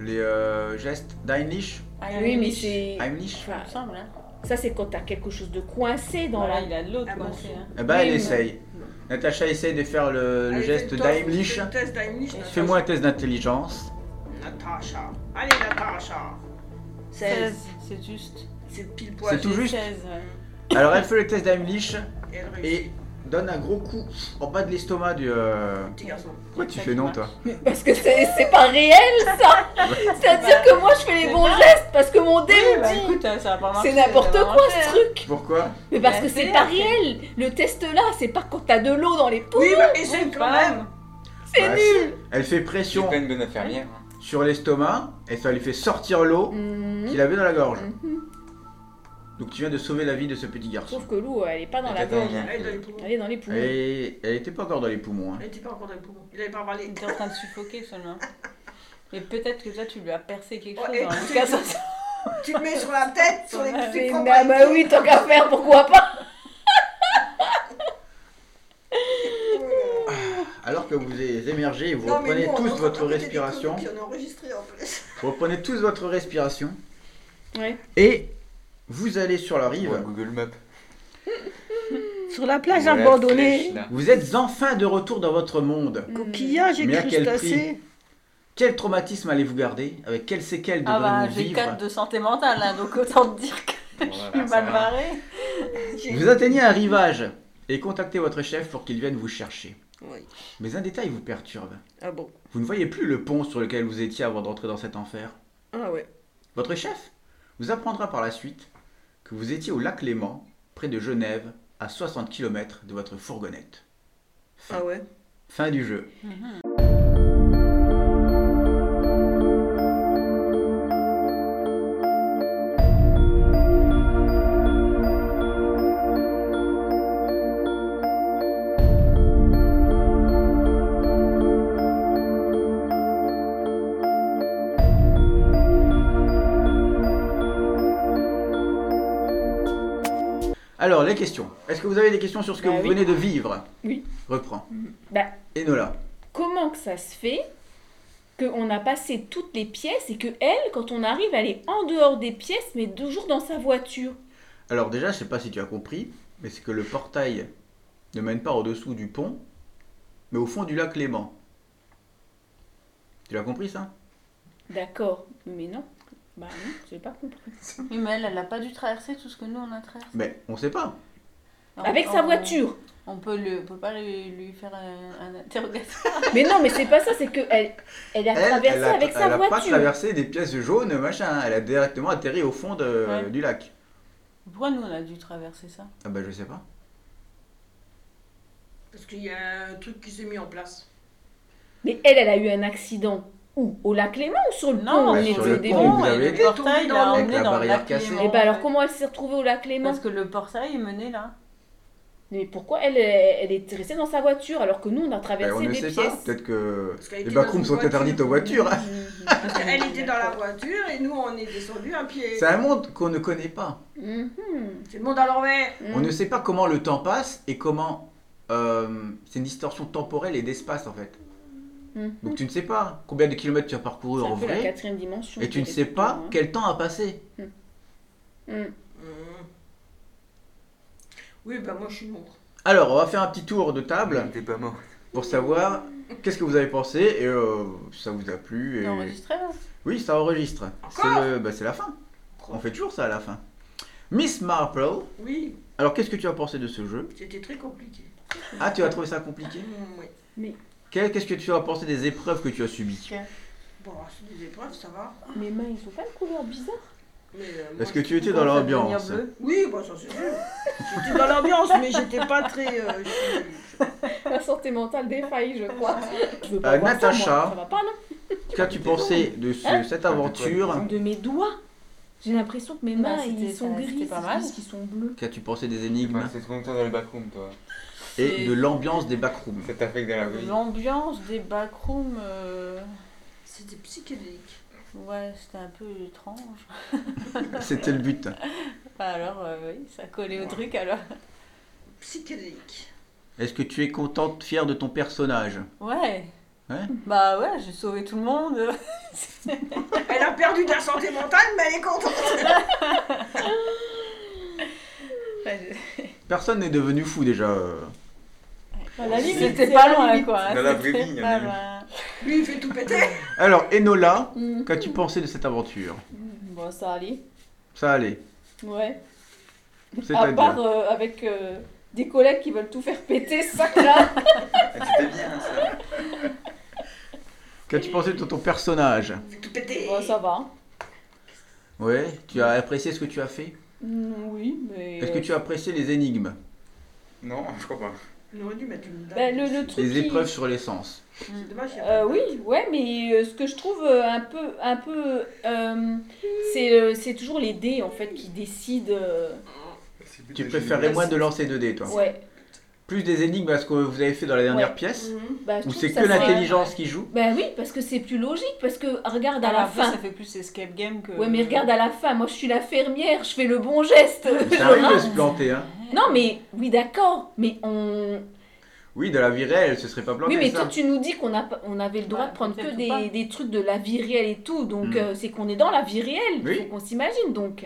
Les euh, gestes d'Heinrich
Oui, mais
Heimlich,
c'est.
Heimlich
Ah, Il
Enfin,
me semble. Hein.
ça, c'est quand t'as quelque chose de coincé dans
Voilà,
la.
il a de l'autre.
Ah,
quoi,
bon.
c'est, hein.
Eh ben, elle
Oui, mais- Ah,
essaye. Natacha essaye de faire le, le
Allez,
geste
fais le test-
d'Heimlich.
fais le test d'Heimlich, Natacha.
Fais-moi un test d'intelligence.
Natacha. Allez, Natacha. 16.
16, c'est juste.
C'est pile poil.
C'est tout
J'ai
juste
16, ouais.
Alors, elle fait le test d'Heimlich
Et elle réussit.
et donne un gros coup en bas de l'estomac du. euh,
Petit garçon.
Pourquoi
C'est
tu
ça
fais
qui
non,
marche. [laughs]
toi
Parce que c'est c'est pas réel, ça C'est-à-dire que moi, je fais les
C'est
bons
pas-
gestes parce que mon dé
Oui,
me
bah,
dit.
écoute, ça va pas marcher.
C'est n'importe
ça va
quoi
marcher,
ce
hein.
truc
Pourquoi
Mais parce
Bah,
que c'est
c'est
pas
après.
réel Le test là, c'est pas quand t'as de l'eau dans les poumons
Oui,
bah,
mais essaye
Oui,
quand
quand
même.
C'est
Ouais.
nul
Bah, Elle fait
J'ai
pression
pas une bonne infirmière. hein.
sur l'estomac et ça lui fait sortir l'eau
Mmh. Mm.
qu'il avait dans la gorge. Donc, tu viens de sauver la vie de ce petit garçon.
Sauf que l'eau, elle est pas dans la
Attends,
gorge,
il y a-
Elle, dans les poumons.
elle est dans les poumons.
Et elle était pas encore dans les poumons. hein.
Elle était pas encore dans les poumons. Il avait pas
Il
parlé.
était en train de suffoquer seulement. Mais peut-être que toi tu lui as percé quelque
Ouais,
chose.
et
dans
tu-
le cas, ça, ça-
Tu le mets sur la tête, sur les
Ouais,
petits
Mais
propres
bah, bah
avec-
oui, tant qu'à faire, pourquoi pas
Alors que vous émergez et vous
Non, mais
reprenez
nous, on est en
tous
train de
votre
raconter des
respiration.
trucs, puis on est enregistré en plus.
Vous reprenez tous votre respiration.
Ouais.
Et vous allez sur la rive.
Ouais, Google Maps.
Sur
Voilà
la plage
la
abandonnée,
flèche, là.
Vous êtes enfin de retour dans votre monde.
coquillages et
Mais à quel
crustacés.
Quel traumatisme allez-vous garder Avec quelles séquelles
Ah bah
devrez-vous
j'ai
vivre Ah bah,
4 de santé mentale, hein, donc autant te dire que
Voilà,
je suis
ça
mal
va.
barrée.
Vous atteignez un rivage et contactez votre chef pour qu'il vienne vous chercher.
Oui.
Mais un détail vous perturbe.
Ah bon
Vous ne voyez plus le pont sur lequel vous étiez avant d'entrer dans cet enfer.
Ah ouais.
Votre chef vous apprendra par la suite que vous étiez au lac Léman, près de Genève, à 60 km de votre fourgonnette.
Ah ouais
Fin du jeu. Alors, les questions. Est-ce que vous avez des questions sur ce que
Bah
vous
oui.
venez de vivre
Oui.
Reprends.
Bah.
Et Nola.
Comment que ça se fait qu'on a passé toutes les pièces et que elle, quand on arrive, elle est en dehors des pièces, mais toujours dans sa voiture
Alors déjà, je sais pas si tu as compris, mais c'est que le portail ne mène pas au-dessous du pont, mais au fond du lac Léman. Tu l'as compris ça
D'accord, mais non. Bah non, j'ai pas compris.
Oui, mais elle, elle a pas dû traverser tout ce que nous, on a traversé.
Mais on sait pas.
Alors,
Avec
on-
sa voiture.
On peut, le, on peut pas lui, lui faire un, un
[laughs]
interrogatoire.
Mais non, mais c'est pas ça, c'est que elle, elle a traversé
a-
avec sa
elle a pas
voiture.
traversé des pièces jaunes, machin. Elle a directement atterri au fond de-
Ouais.
du lac.
Pourquoi nous on a dû traverser ça
Ah bah je sais pas.
Parce qu'il y a un truc qui s'est mis en place.
Mais elle, elle a eu un accident où Au lac Léman ou sur le pont
Non,
où
Ouais,
on
sur
était
le
au
des
pont,
début
vous avez
et
été
le portail
tombé
l'a
dans
emmené
le-
Avec la
dans le
barrière
lac
cassée.
Léman,
Et bah alors
ouais.
comment elle s'est retrouvée au lac Léman
Parce que le portail est mené là.
Mais pourquoi elle, elle est restée dans sa voiture alors que nous on a
Bah, on
traversé
ne
des
sait
pièces
pas. Peut-être que
Parce qu'elle
les
était
backrooms
dans
bah, sont
une
interdites aux voitures. hein.
[laughs]
Parce qu'elle était dans la voiture et nous on est descendu un pied.
C'est un monde qu'on ne connaît pas.
Mhm.
C'est le monde à l'envers.
Mhm.
On ne sait pas comment le temps passe et comment euh, c'est une distorsion temporelle et d'espace en fait.
Mhm.
Donc tu ne sais pas combien de kilomètres tu as parcouru
C'est
en
un peu la
vrai
quatrième dimension.
et tu ne
peut-être
sais pas
plutôt, hein.
quel temps a passé.
Mhm.
Mhm. Oui, bah moi je suis mort.
Alors on va faire un petit tour de table
T'es pas mort.
pour savoir qu'est-ce que vous avez pensé et euh, ça vous a plu.
C'est
et-
enregistré là.
Oui, ça enregistre. C'est
Encore
le- bah, c'est la fin. On fait toujours ça à la fin. Miss Marple,
Oui,
alors qu'est-ce que tu as pensé de ce jeu
c'était très compliqué.
Ah, tu as trouvé ça compliqué
Mhm, oui.
Quel- Qu'est-ce que tu as pensé des épreuves que tu as subies
Bon, c'est des épreuves, ça va.
Mes mains, ils ont pas une couleur bizarre.
Mais, euh, moi,
Est-ce que
je-
tu étais dans
Ça devient
l'ambiance
bleu.
Oui, bah ça c'est sûr. J'étais dans l'ambiance, mais j'étais pas très. euh, je-
[laughs] La santé mentale défaille, je [laughs] crois. Je veux
Euh,
voir ça,
Natacha.
moi. ça va pas, non
Qu'as-tu pensé de ce- cette aventure
de mes doigts. J'ai l'impression que mes
Bah,
mains
c'était-
ils sont
ça- c'était
gris,
pas mal.
qu'ils sont bleus.
Qu'as-tu pensé des
C'est
énigmes
trop longtemps dans le backroom, toi.
et de l'ambiance des backrooms
Ça t'affecte dans la vie.
L'ambiance des backrooms, euh,
C'était psychédélique.
ouais, c'était un peu étrange.
C'était le but.
Enfin, alors, euh, oui, ça collait au truc alors.
Psychédélique.
Est-ce que tu es contente, fière de ton personnage
Ouais.
Ouais.
Bah ouais, j'ai sauvé tout le monde. [laughs]
Elle a perdu de la santé mentale, mais elle est contente.
Personne n'est devenu fou déjà. euh.
À Bah, la limite,
C'était
c'est
pas
la
loin
limite.
quoi. hein,
Dans la vraie
c'était
vie, il y en
pas
a eu.
loin.
Lui, il fait tout péter.
Alors, Enola,
Mhm.
qu'as-tu pensé de cette aventure
Bon, ça allait.
Ça allait.
Ouais. À part
C'est-à-dire.
euh, avec euh, des collègues qui veulent tout faire péter, ça là.
Ah,
[laughs]
C'était bien ça.
Qu'as-tu pensé de ton personnage
Il fait tout péter.
bon, ça va.
Ouais, tu as apprécié ce que tu as fait
Mm, oui, mais.
Est-ce que tu as apprécié les énigmes
Non, je crois pas.
On aurait dû mettre une date.
Bah, le, le truc.
Les
qui-
épreuves sur les sens
C'est dommage. il y a pas
Euh,
de date.
oui, ouais, mais euh, ce que je trouve euh, un peu, un peu, euh, c'est, euh, c'est toujours les dés en fait qui décident. euh,
Tu préférais moins de lancer 2 dés, toi
ouais.
Plus des énigmes à ce que vous avez fait dans la dernière
Ouais.
pièce
Mhm.
Bah, je
Ou
trouve
c'est
ça
que
serait-
l'intelligence qui joue
Ben oui, parce que c'est plus logique, parce que regarde à
Dans
la
la fin,
fin.
Ah, ça fait plus escape game que.
Ouais, mais regarde à la fin, moi je suis la fermière, je fais le bon geste.
C'est
Je [laughs]
arrive de
rase.
se planter, hein
non, mais oui, d'accord, mais on.
Oui, dans la vie réelle, elle se serait pas plantée,
oui, mais
ça.
toi tu nous dis qu'on a, pas- on avait le droit
Ouais,
de prendre
Bah, peut-être
que
ou pas.
des, des trucs de la vie réelle et tout, donc
Mm.
euh, c'est qu'on est dans la vie réelle,
Oui.
faut qu'on s'imagine donc.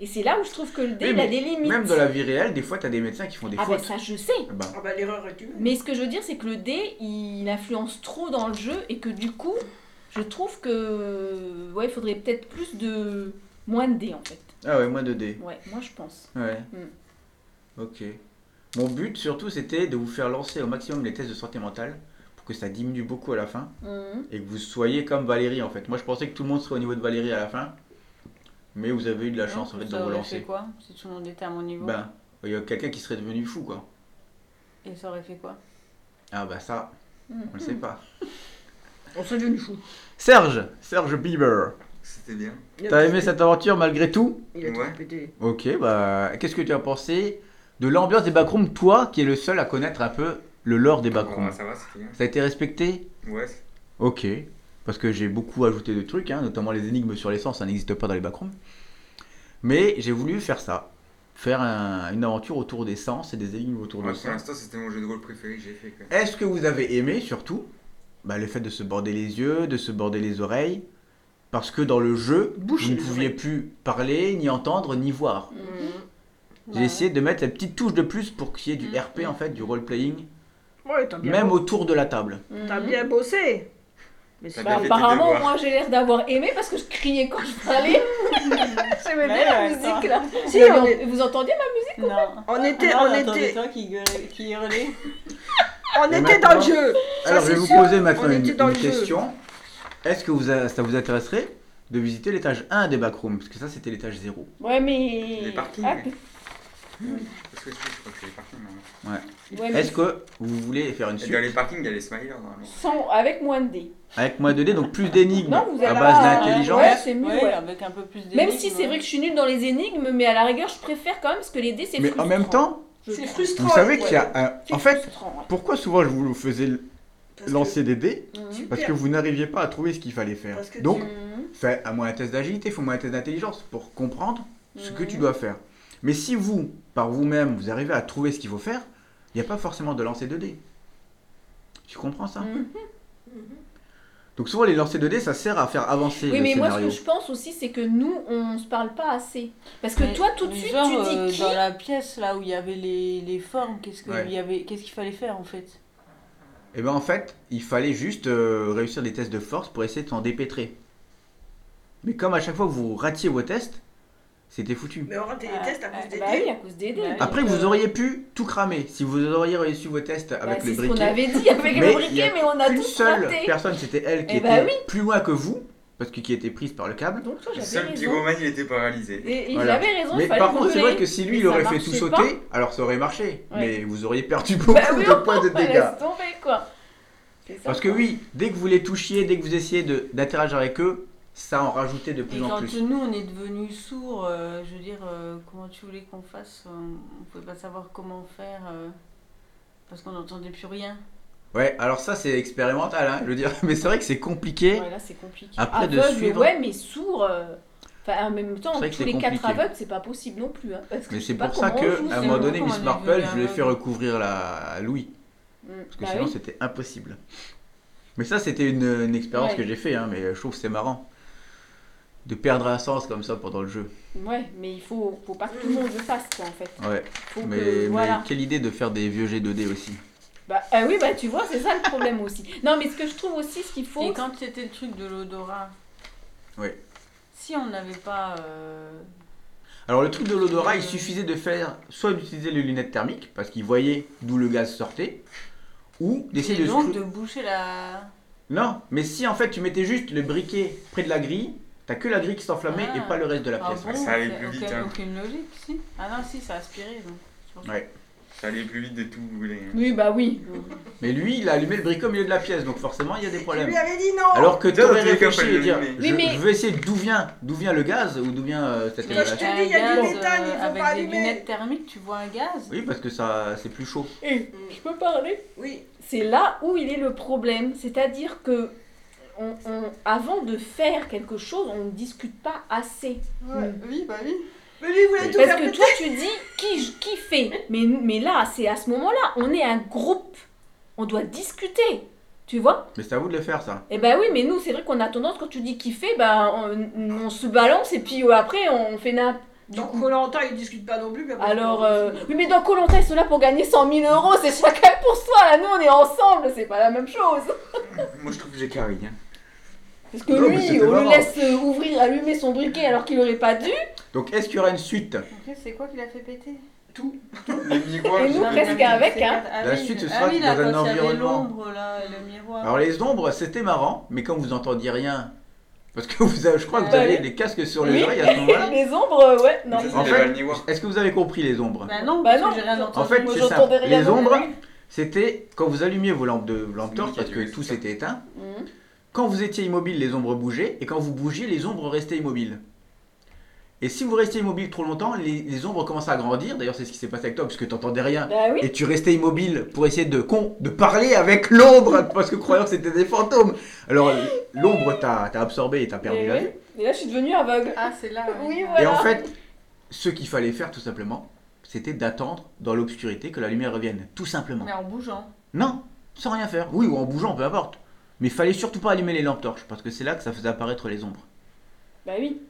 Et c'est là où je trouve que le dé
Oui,
il a
mais
des limites.
Même dans la vie réelle, des fois, t'as des médecins qui font des
ah ben
fautes.
ça je sais.
Ah bah,
Ah bah l'erreur est humaine.
Mais ce que je veux dire c'est que le dé il influence trop dans le jeu et que du coup je trouve que ouais il faudrait peut-être plus de moins de dés en fait.
Ah ouais, moins de dés.
Ouais moi je pense.
Ouais.
Mm.
Ok. Mon but, surtout, c'était de vous faire lancer au maximum les tests de santé mentale pour que ça diminue beaucoup à la fin
Mhm.
et que vous soyez comme Valérie, en fait. Moi, je pensais que tout le monde serait au niveau de Valérie à la fin, mais vous avez eu de la chance, en fait, de
ça
vous
aurait fait
lancer.
quoi Si tout le
Bah.
monde était à mon niveau
Ben, il y a quelqu'un qui serait devenu fou, quoi.
Et ça aurait fait quoi
Ah bah ça,
Mm.
on le sait pas.
On serait devenu fou.
Serge, Serge Bieber,
C'était bien.
t'as aimé cette aventure malgré tout
Il a
Ouais.
tout pété.
Ok, bah qu'est-ce que tu as pensé de l'ambiance des backrooms, toi qui es le seul à connaître un peu le lore des backrooms
Bon, ça va, c'était bien.
Ça a été respecté
Ouais, c'est-
Ok, parce que j'ai beaucoup ajouté de trucs, hein, notamment les énigmes sur l'essence, ça n'existe pas dans les backrooms. Mais j'ai voulu faire ça, faire un- une aventure autour des sens et des énigmes autour
ouais,
de
pour
ça.
l'instant, c'était mon jeu de rôle préféré que j'ai fait. quoi.
Est-ce que vous avez aimé surtout bah, le fait de se border les yeux, de se border les oreilles Parce que dans le jeu,
Boucher
vous ne
les
pouviez
oreilles.
plus parler, ni entendre, ni voir.
Mm-hmm.
J'ai essayé de mettre la petite touche de plus pour qu'il y ait du RP en fait, du role-playing,
Ouais, t'as bien,
même
bo-
autour de la table.
Mm-hmm.
t'as bien bossé. Mais
T'as
c'est
Bah,
fait tes
apparemment,
devoirs.
moi j'ai l'air d'avoir aimé parce que je criais quand je [laughs] parlais. J'aimais
Ouais,
bien la
ouais,
musique
attends.
là.
Si,
vous,
on
avez- vous entendiez ma
Non.
On était,
Ah non,
on
attendez,
était,
toi qui, gueulait- qui hurlait.
on
Et
était dans le
maintenant-
jeu. Ça,
Alors, je vais
c'est
vous
sûr,
poser maintenant
on
une,
était dans
une
le jeu.
question. Est-ce que vous a- ça vous intéresserait de visiter l'étage 1 des backrooms Parce que ça, c'était l'étage 0.
Ouais, mais.
Les parkings.
Ah,
Parce que je je crois que c'est les parkings. normalement.
ouais, mais
Est-ce que vous voulez faire une
Et
suite
Dans les parkings, il y a les smilers normalement.
sans, avec moins de dés.
Avec moins de dés, donc plus d'énigmes
Non, vous
à
avez-
base
ah,
d'intelligence
ouais, c'est mieux,
Ouais,
ouais.
avec un peu plus d'énigmes. hein.
Même si c'est vrai que je suis nulle dans les énigmes, mais à la rigueur, je préfère quand même parce que les dés c'est
Mais en
frustrant.
même temps,
C'est frustrant.
vous savez
ouais.
qu'il y a un...
C'est
En fait,
frustrant, ouais.
pourquoi souvent je vous faisais
Parce que-
lancer des dés
tu
Parce que
perds.
vous n'arriviez pas à trouver ce qu'il fallait faire.
Parce que
Donc,
Mhm.
fais à moins un test d'agilité, fais moins un test d'intelligence pour comprendre ce que tu
Mhm.
dois faire. Mais si vous, par vous-même, vous arrivez à trouver ce qu'il faut faire, il n'y a pas forcément de lancer de dés. Tu comprends ça
Mhm.
Donc souvent les lancers de dés, ça sert à faire avancer
Oui,
le
mais moi ce
scénario.
que je pense aussi, c'est que nous on se parle pas assez. Parce que
Mais-
toi tout de
mais
suite
genre,
tu
euh,
dis qui
dans la pièce là où il y avait les, les formes, qu'est-ce que
Ouais.
il y avait qu'est-ce qu'il fallait faire en fait
Et ben en fait, il fallait juste euh, réussir des tests de force pour essayer de s'en dépêtrer. Mais comme à chaque fois que vous ratiez vos tests, c'était foutu.
Mais on rate les
Ah,
tests à
ah,
cause des
Bah
dés.
oui, à cause des dés.
Bah
Après,
donc,
vous
euh,
auriez pu tout cramer si vous auriez réussi vos tests
Bah,
avec le
c'est ce qu'on
briquet.
avait dit avec
Mais
le
il y a
briquet, mais on a
Une
tous
seule
raté.
personne, c'était elle qui
Eh
était
bah oui.
plus loin que vous, parce que qui était prise par le câble.
Donc toi
Le
j'avais
seul
raison.
pyromane, il était paralysé.
Et, et
Voilà.
il avait raison,
Mais
il fallait
par contre, c'est vrai
brûler.
que si lui,
Mais
il
ça
aurait fait tout
marchait
sauter,
pas.
alors ça aurait marché.
Ouais.
Mais vous auriez perdu beaucoup
Bah oui,
de points
[laughs]
de
Bah,
dégâts.
laisse tomber quoi. C'est ça,
Parce que
quoi.
oui, dès que vous les touchiez, dès que vous essayiez de- d'interagir avec eux, ça en rajoutait de
Et
plus en
quand
plus.
nous on est devenus sourds, euh, je veux dire euh, comment tu voulais qu'on fasse euh, On pouvait pas savoir comment faire euh, parce qu'on n'entendait plus rien.
Ouais, alors ça c'est expérimental, hein, je veux dire. [laughs] Mais c'est vrai que c'est compliqué.
Ouais, là c'est compliqué.
Après, de
Aveugle,
suivre-
ouais, mais sourd. euh, Enfin, en même temps,
C'est vrai que
tous
c'est
les quatre
compliqué.
aveugles, c'est pas possible non plus. hein, parce que
Mais
je
c'est
sais pas
pour ça
comment on joue,
que, à un
c'est
moment
bon.
donné,
comment
Miss
on est
Marple, je
devenu
l'ai fait
aveugle.
recouvrir la Louis.
Mm,
Parce que
bah
sinon
oui.
c'était impossible. Mais ça c'était une, une expérience
Ouais.
que j'ai fait, hein, mais je trouve que c'est marrant. De perdre un sens comme ça pendant le jeu.
Ouais, mais il faut, faut pas que tout le monde le fasse, quoi, en fait.
Ouais,
Faut
mais,
que,
mais
voilà.
quelle idée de faire des vieux G2D aussi.
Bah, ah oui, bah tu vois, c'est ça le problème aussi. [laughs] Non, mais ce que je trouve aussi, ce qu'il faut.
Et quand c'était le truc de l'odorat.
Ouais.
Si on n'avait pas euh,
Alors le truc de l'odorat, il
Euh.
suffisait de faire soit d'utiliser les lunettes thermiques parce qu'ils voyaient d'où le gaz sortait, ou d'essayer
et
de,
donc
scru-
de boucher la
Non, mais si en fait tu mettais juste le briquet près de la grille, t'as que la grille qui s'enflammait
Ah.
et pas le reste de la
Ah
pièce.
bon,
ça allait
c'est-
plus
ok,
vite, hein.
aucune logique si. Ah non si ça aspirait donc.
Ouais.
Ça allait plus vite de tout brûler. hein.
Oui, bah oui.
Mais lui, il a allumé le briquet au milieu de la pièce, donc forcément il y a des
Tu
problèmes.
lui avais dit non.
Alors que
Dans
t'aurais
tous les cas,
réfléchi
fallait
et dire,
l'allumer.
je,
Oui, mais-
je vais essayer d'où vient, d'où vient le gaz ou d'où vient euh, cette
Mais
Quand je te
émulation.
dis, il y a
un
du
gaz,
méthane, il
euh,
faut
avec
pas
des
allumer.
lunettes thermiques, tu vois un gaz.
Oui, parce que ça, c'est plus chaud.
Et Eh, je peux parler
Oui.
C'est là où il est le problème. C'est-à-dire que. On, on- avant de faire quelque chose, on ne discute pas assez.
Oui, bah oui.
Mais lui, il voulait
Oui.
tout
Parce
faire.
que
péter.
toi, tu dis [laughs] qui, qui fait. Mais, mais là, c'est à ce moment-là. On est un groupe. On doit discuter. Tu vois
Mais c'est à vous de le faire ça.
Eh ben oui, mais nous, c'est vrai qu'on a tendance, quand tu dis kiffer, ben, on, on se balance et puis euh, après, on fait nappe. Du
Dans
coup.
Colanta, il discute pas non plus. mais bon,
Alors,
c'est pas
euh,
possible.
oui, mais dans Colanta, ils sont là pour gagner 100 000 euros, c'est chacun pour soi. Là, nous, on est ensemble, c'est pas la même chose.
Moi, je trouve que j'ai carré. hein.
Parce que
Non, mais
lui,
c'était
on le
marrant.
laisse euh, ouvrir, allumer son briquet alors qu'il aurait pas dû.
Donc est-ce qu'il y aura une suite
c'est quoi qu'il a fait péter
[laughs] Les miroirs,
Et nous,
j'ai-
presque avec,
C'est
hein.
quatre- ah
La
oui,
suite, ce
ah
sera
oui, là,
dans un
quand il y avait
environnement. Ah
l'ombre là, et le miroir.
Alors les ombres, c'était marrant, mais quand vous entendiez rien, parce que vous avez- je crois que vous
Ouais.
aviez des casques sur les
Oui.
oreilles à ce
Ah,
[laughs]
moment-là.
Les ombres, euh, ouais, non.
Ça,
En
c'était
fait-
pas le miroir.
Est-ce que vous avez compris les ombres
Bah non,
Bah
parce
non.
que j'ai rien
En
entendu.
En fait,
Moi,
c'est
j'entendais
simple.
rien
Les
non
ombres,
plus.
C'était quand vous allumiez vos lampes de lampes
C'est
torches,
nous qui
parce que
allumions,
tout
c'est ça.
s'était éteint.
Mmh.
Quand vous étiez immobile, les ombres bougeaient, et quand vous bougiez, les ombres restaient immobiles. Et si vous restiez immobile trop longtemps, les, les ombres commençaient à grandir. D'ailleurs, c'est ce qui s'est passé avec toi, parce que t'entendais rien.
Bah oui.
Et tu restais immobile pour essayer de, con, de parler avec l'ombre, parce que croyant que c'était des fantômes. Alors, l'ombre t'a t'a absorbé et t'a perdu
Et,
la vue.
ouais. Et là, je suis devenue aveugle.
Ah, c'est là. ouais.
Oui,
Et
voilà.
en fait, ce qu'il fallait faire tout simplement, c'était d'attendre dans l'obscurité que la lumière revienne, tout simplement.
Mais en bougeant.
Non, sans rien faire. Oui, ou en bougeant, peu importe. Mais fallait surtout pas allumer les lampes torches, parce que c'est là que ça faisait apparaître les ombres.
Bah oui.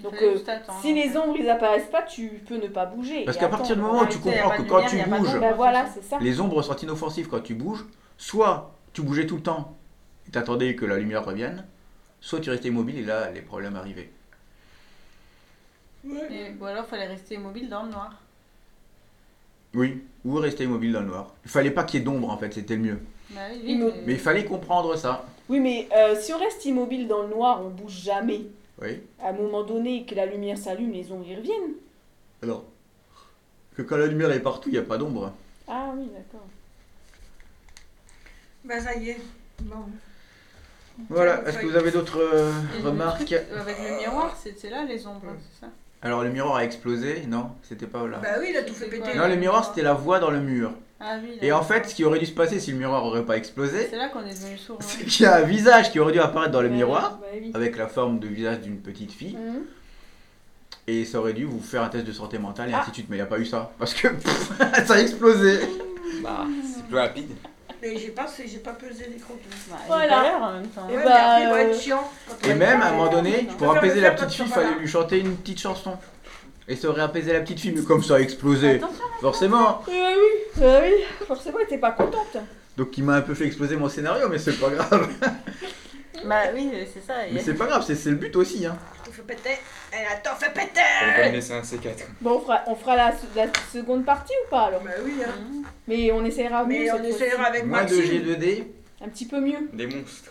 Donc,
Fallait
euh,
juste attendre.
si les ombres, ils apparaissent pas, tu peux ne pas bouger.
Parce
et
qu'à partir du
attendre.
moment où tu
En réalité, y a
comprends
pas
que
de
quand
lumière,
tu
y a pas
bouges,
d'ombre.
Bah voilà, c'est ça.
les ombres sont inoffensives quand tu bouges, soit tu bougeais tout le temps et t'attendais que la lumière revienne, soit tu restais immobile et là, les problèmes arrivaient.
Et- Ou alors, fallait rester immobile dans le noir.
Oui, ou rester immobile dans le noir. Il fallait pas qu'il y ait d'ombre en fait, c'était le mieux.
Bah oui,
Immo-
oui,
Mais il fallait comprendre ça.
Oui, mais euh, si on reste immobile dans le noir, on bouge jamais.
Oui.
À un moment donné, que la lumière s'allume, les ombres, ils reviennent.
Alors, que quand la lumière est partout, il n'y a pas d'ombre.
Ah oui, d'accord.
Bah ça y est. Bon.
Voilà, est-ce que vous avez d'autres euh,
Et le
remarques
truc euh, Avec le miroir, c'était là les ombres, c'est ça
Alors, le miroir a explosé Non, c'était pas là.
Bah oui, il a tout fait péter.
euh,
Non, le miroir, c'était la voix dans le mur.
Ah oui.
Et en fait, ce qui aurait dû se passer si le miroir aurait pas explosé,
c'est là qu'on est devenu sourd. hein.
[laughs] c'est qu'il y a un visage qui aurait dû apparaître dans le
Bah,
miroir, Ah
bah oui.
avec la forme de visage d'une petite fille,
Mhm.
et ça aurait dû vous faire un test de santé mentale et
Ah.
ainsi de suite, mais il n'y a pas eu ça, parce que pff, [laughs] ça a explosé.
Bah, c'est plus rapide.
Mais j'ai pas, j'ai pas pesé les croquis.
Bah, il
Voilà.
est pas l'heure en même temps.
Et
Ouais, mais
bah,
après, il va
euh,
être chiant. quand on
Et
va
même,
être
à un
là.
moment donné,
Je
pour
préfère
apaiser
le
la
faire
petite
quand
fille,
on
fallait
va
lui chanter une petite chanson. Et ça aurait apaisé la petite fille, mais comme ça a explosé,
Attention.
forcément.
Bah oui, bah oui. Forcément, elle était pas contente.
Donc il m'a un peu fait exploser mon scénario, mais c'est pas
[laughs]
grave.
Bah oui, c'est ça. il y
Mais
a-
c'est pas grave, c'est c'est le but aussi. Hein.
Je te fais péter. Elle attends, fais
On va me
péter
laisser un C4.
Bon, on fera, on fera la, la seconde partie ou pas alors
Bah oui, hein.
Mhm.
Mais on essaiera mieux
Mais
cette
on essayera
fois-ci.
avec
Moins de
Maxime.
G2D.
Un petit peu mieux.
Des monstres.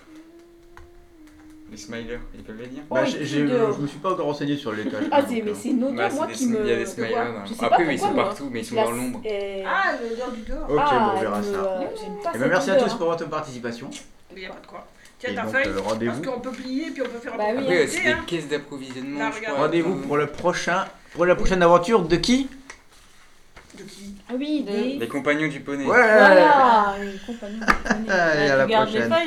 Les smilers, ils peuvent venir.
Oh,
Bah,
les
j'ai-
trucs
j'ai-
de-
je me suis pas encore renseigné sur l'étage.
Ah,
donc,
c'est, mais
euh,
c'est Noto,
Bah,
moi
c'est
qui
des-
me.
Il y a des
je
smilers.
vois.
là.
Je sais pas
Après, mais ils
pourquoi,
sont
moi.
partout, mais ils sont
La-
dans l'ombre.
eh,
Ah, l'odeur du dehors.
Ok,
ah,
bon, on verra
elle me-
ça.
euh, J'aime pas
Eh
cette
ben, merci à
odeur,
tous
hein.
pour votre participation.
Il y a pas de quoi.
Et
Tiens ta
donc,
feuille.
euh,
Parce
rendez-vous.
qu'on peut plier puis on peut faire un
Bah oui,
peu
Après,
de
euh,
thé,
c'est
hein.
des caisses
Là,
d'approvisionnement, je
regarde.
crois.
Rendez-vous
Euh,
pour le prochain, pour la prochaine aventure de qui
De qui
Ah Oui, des.
Les compagnons du poney.
Ouais.
Voilà, les compagnons.
Euh. Allez, à la
Tu gardes les
prochaine.
feuilles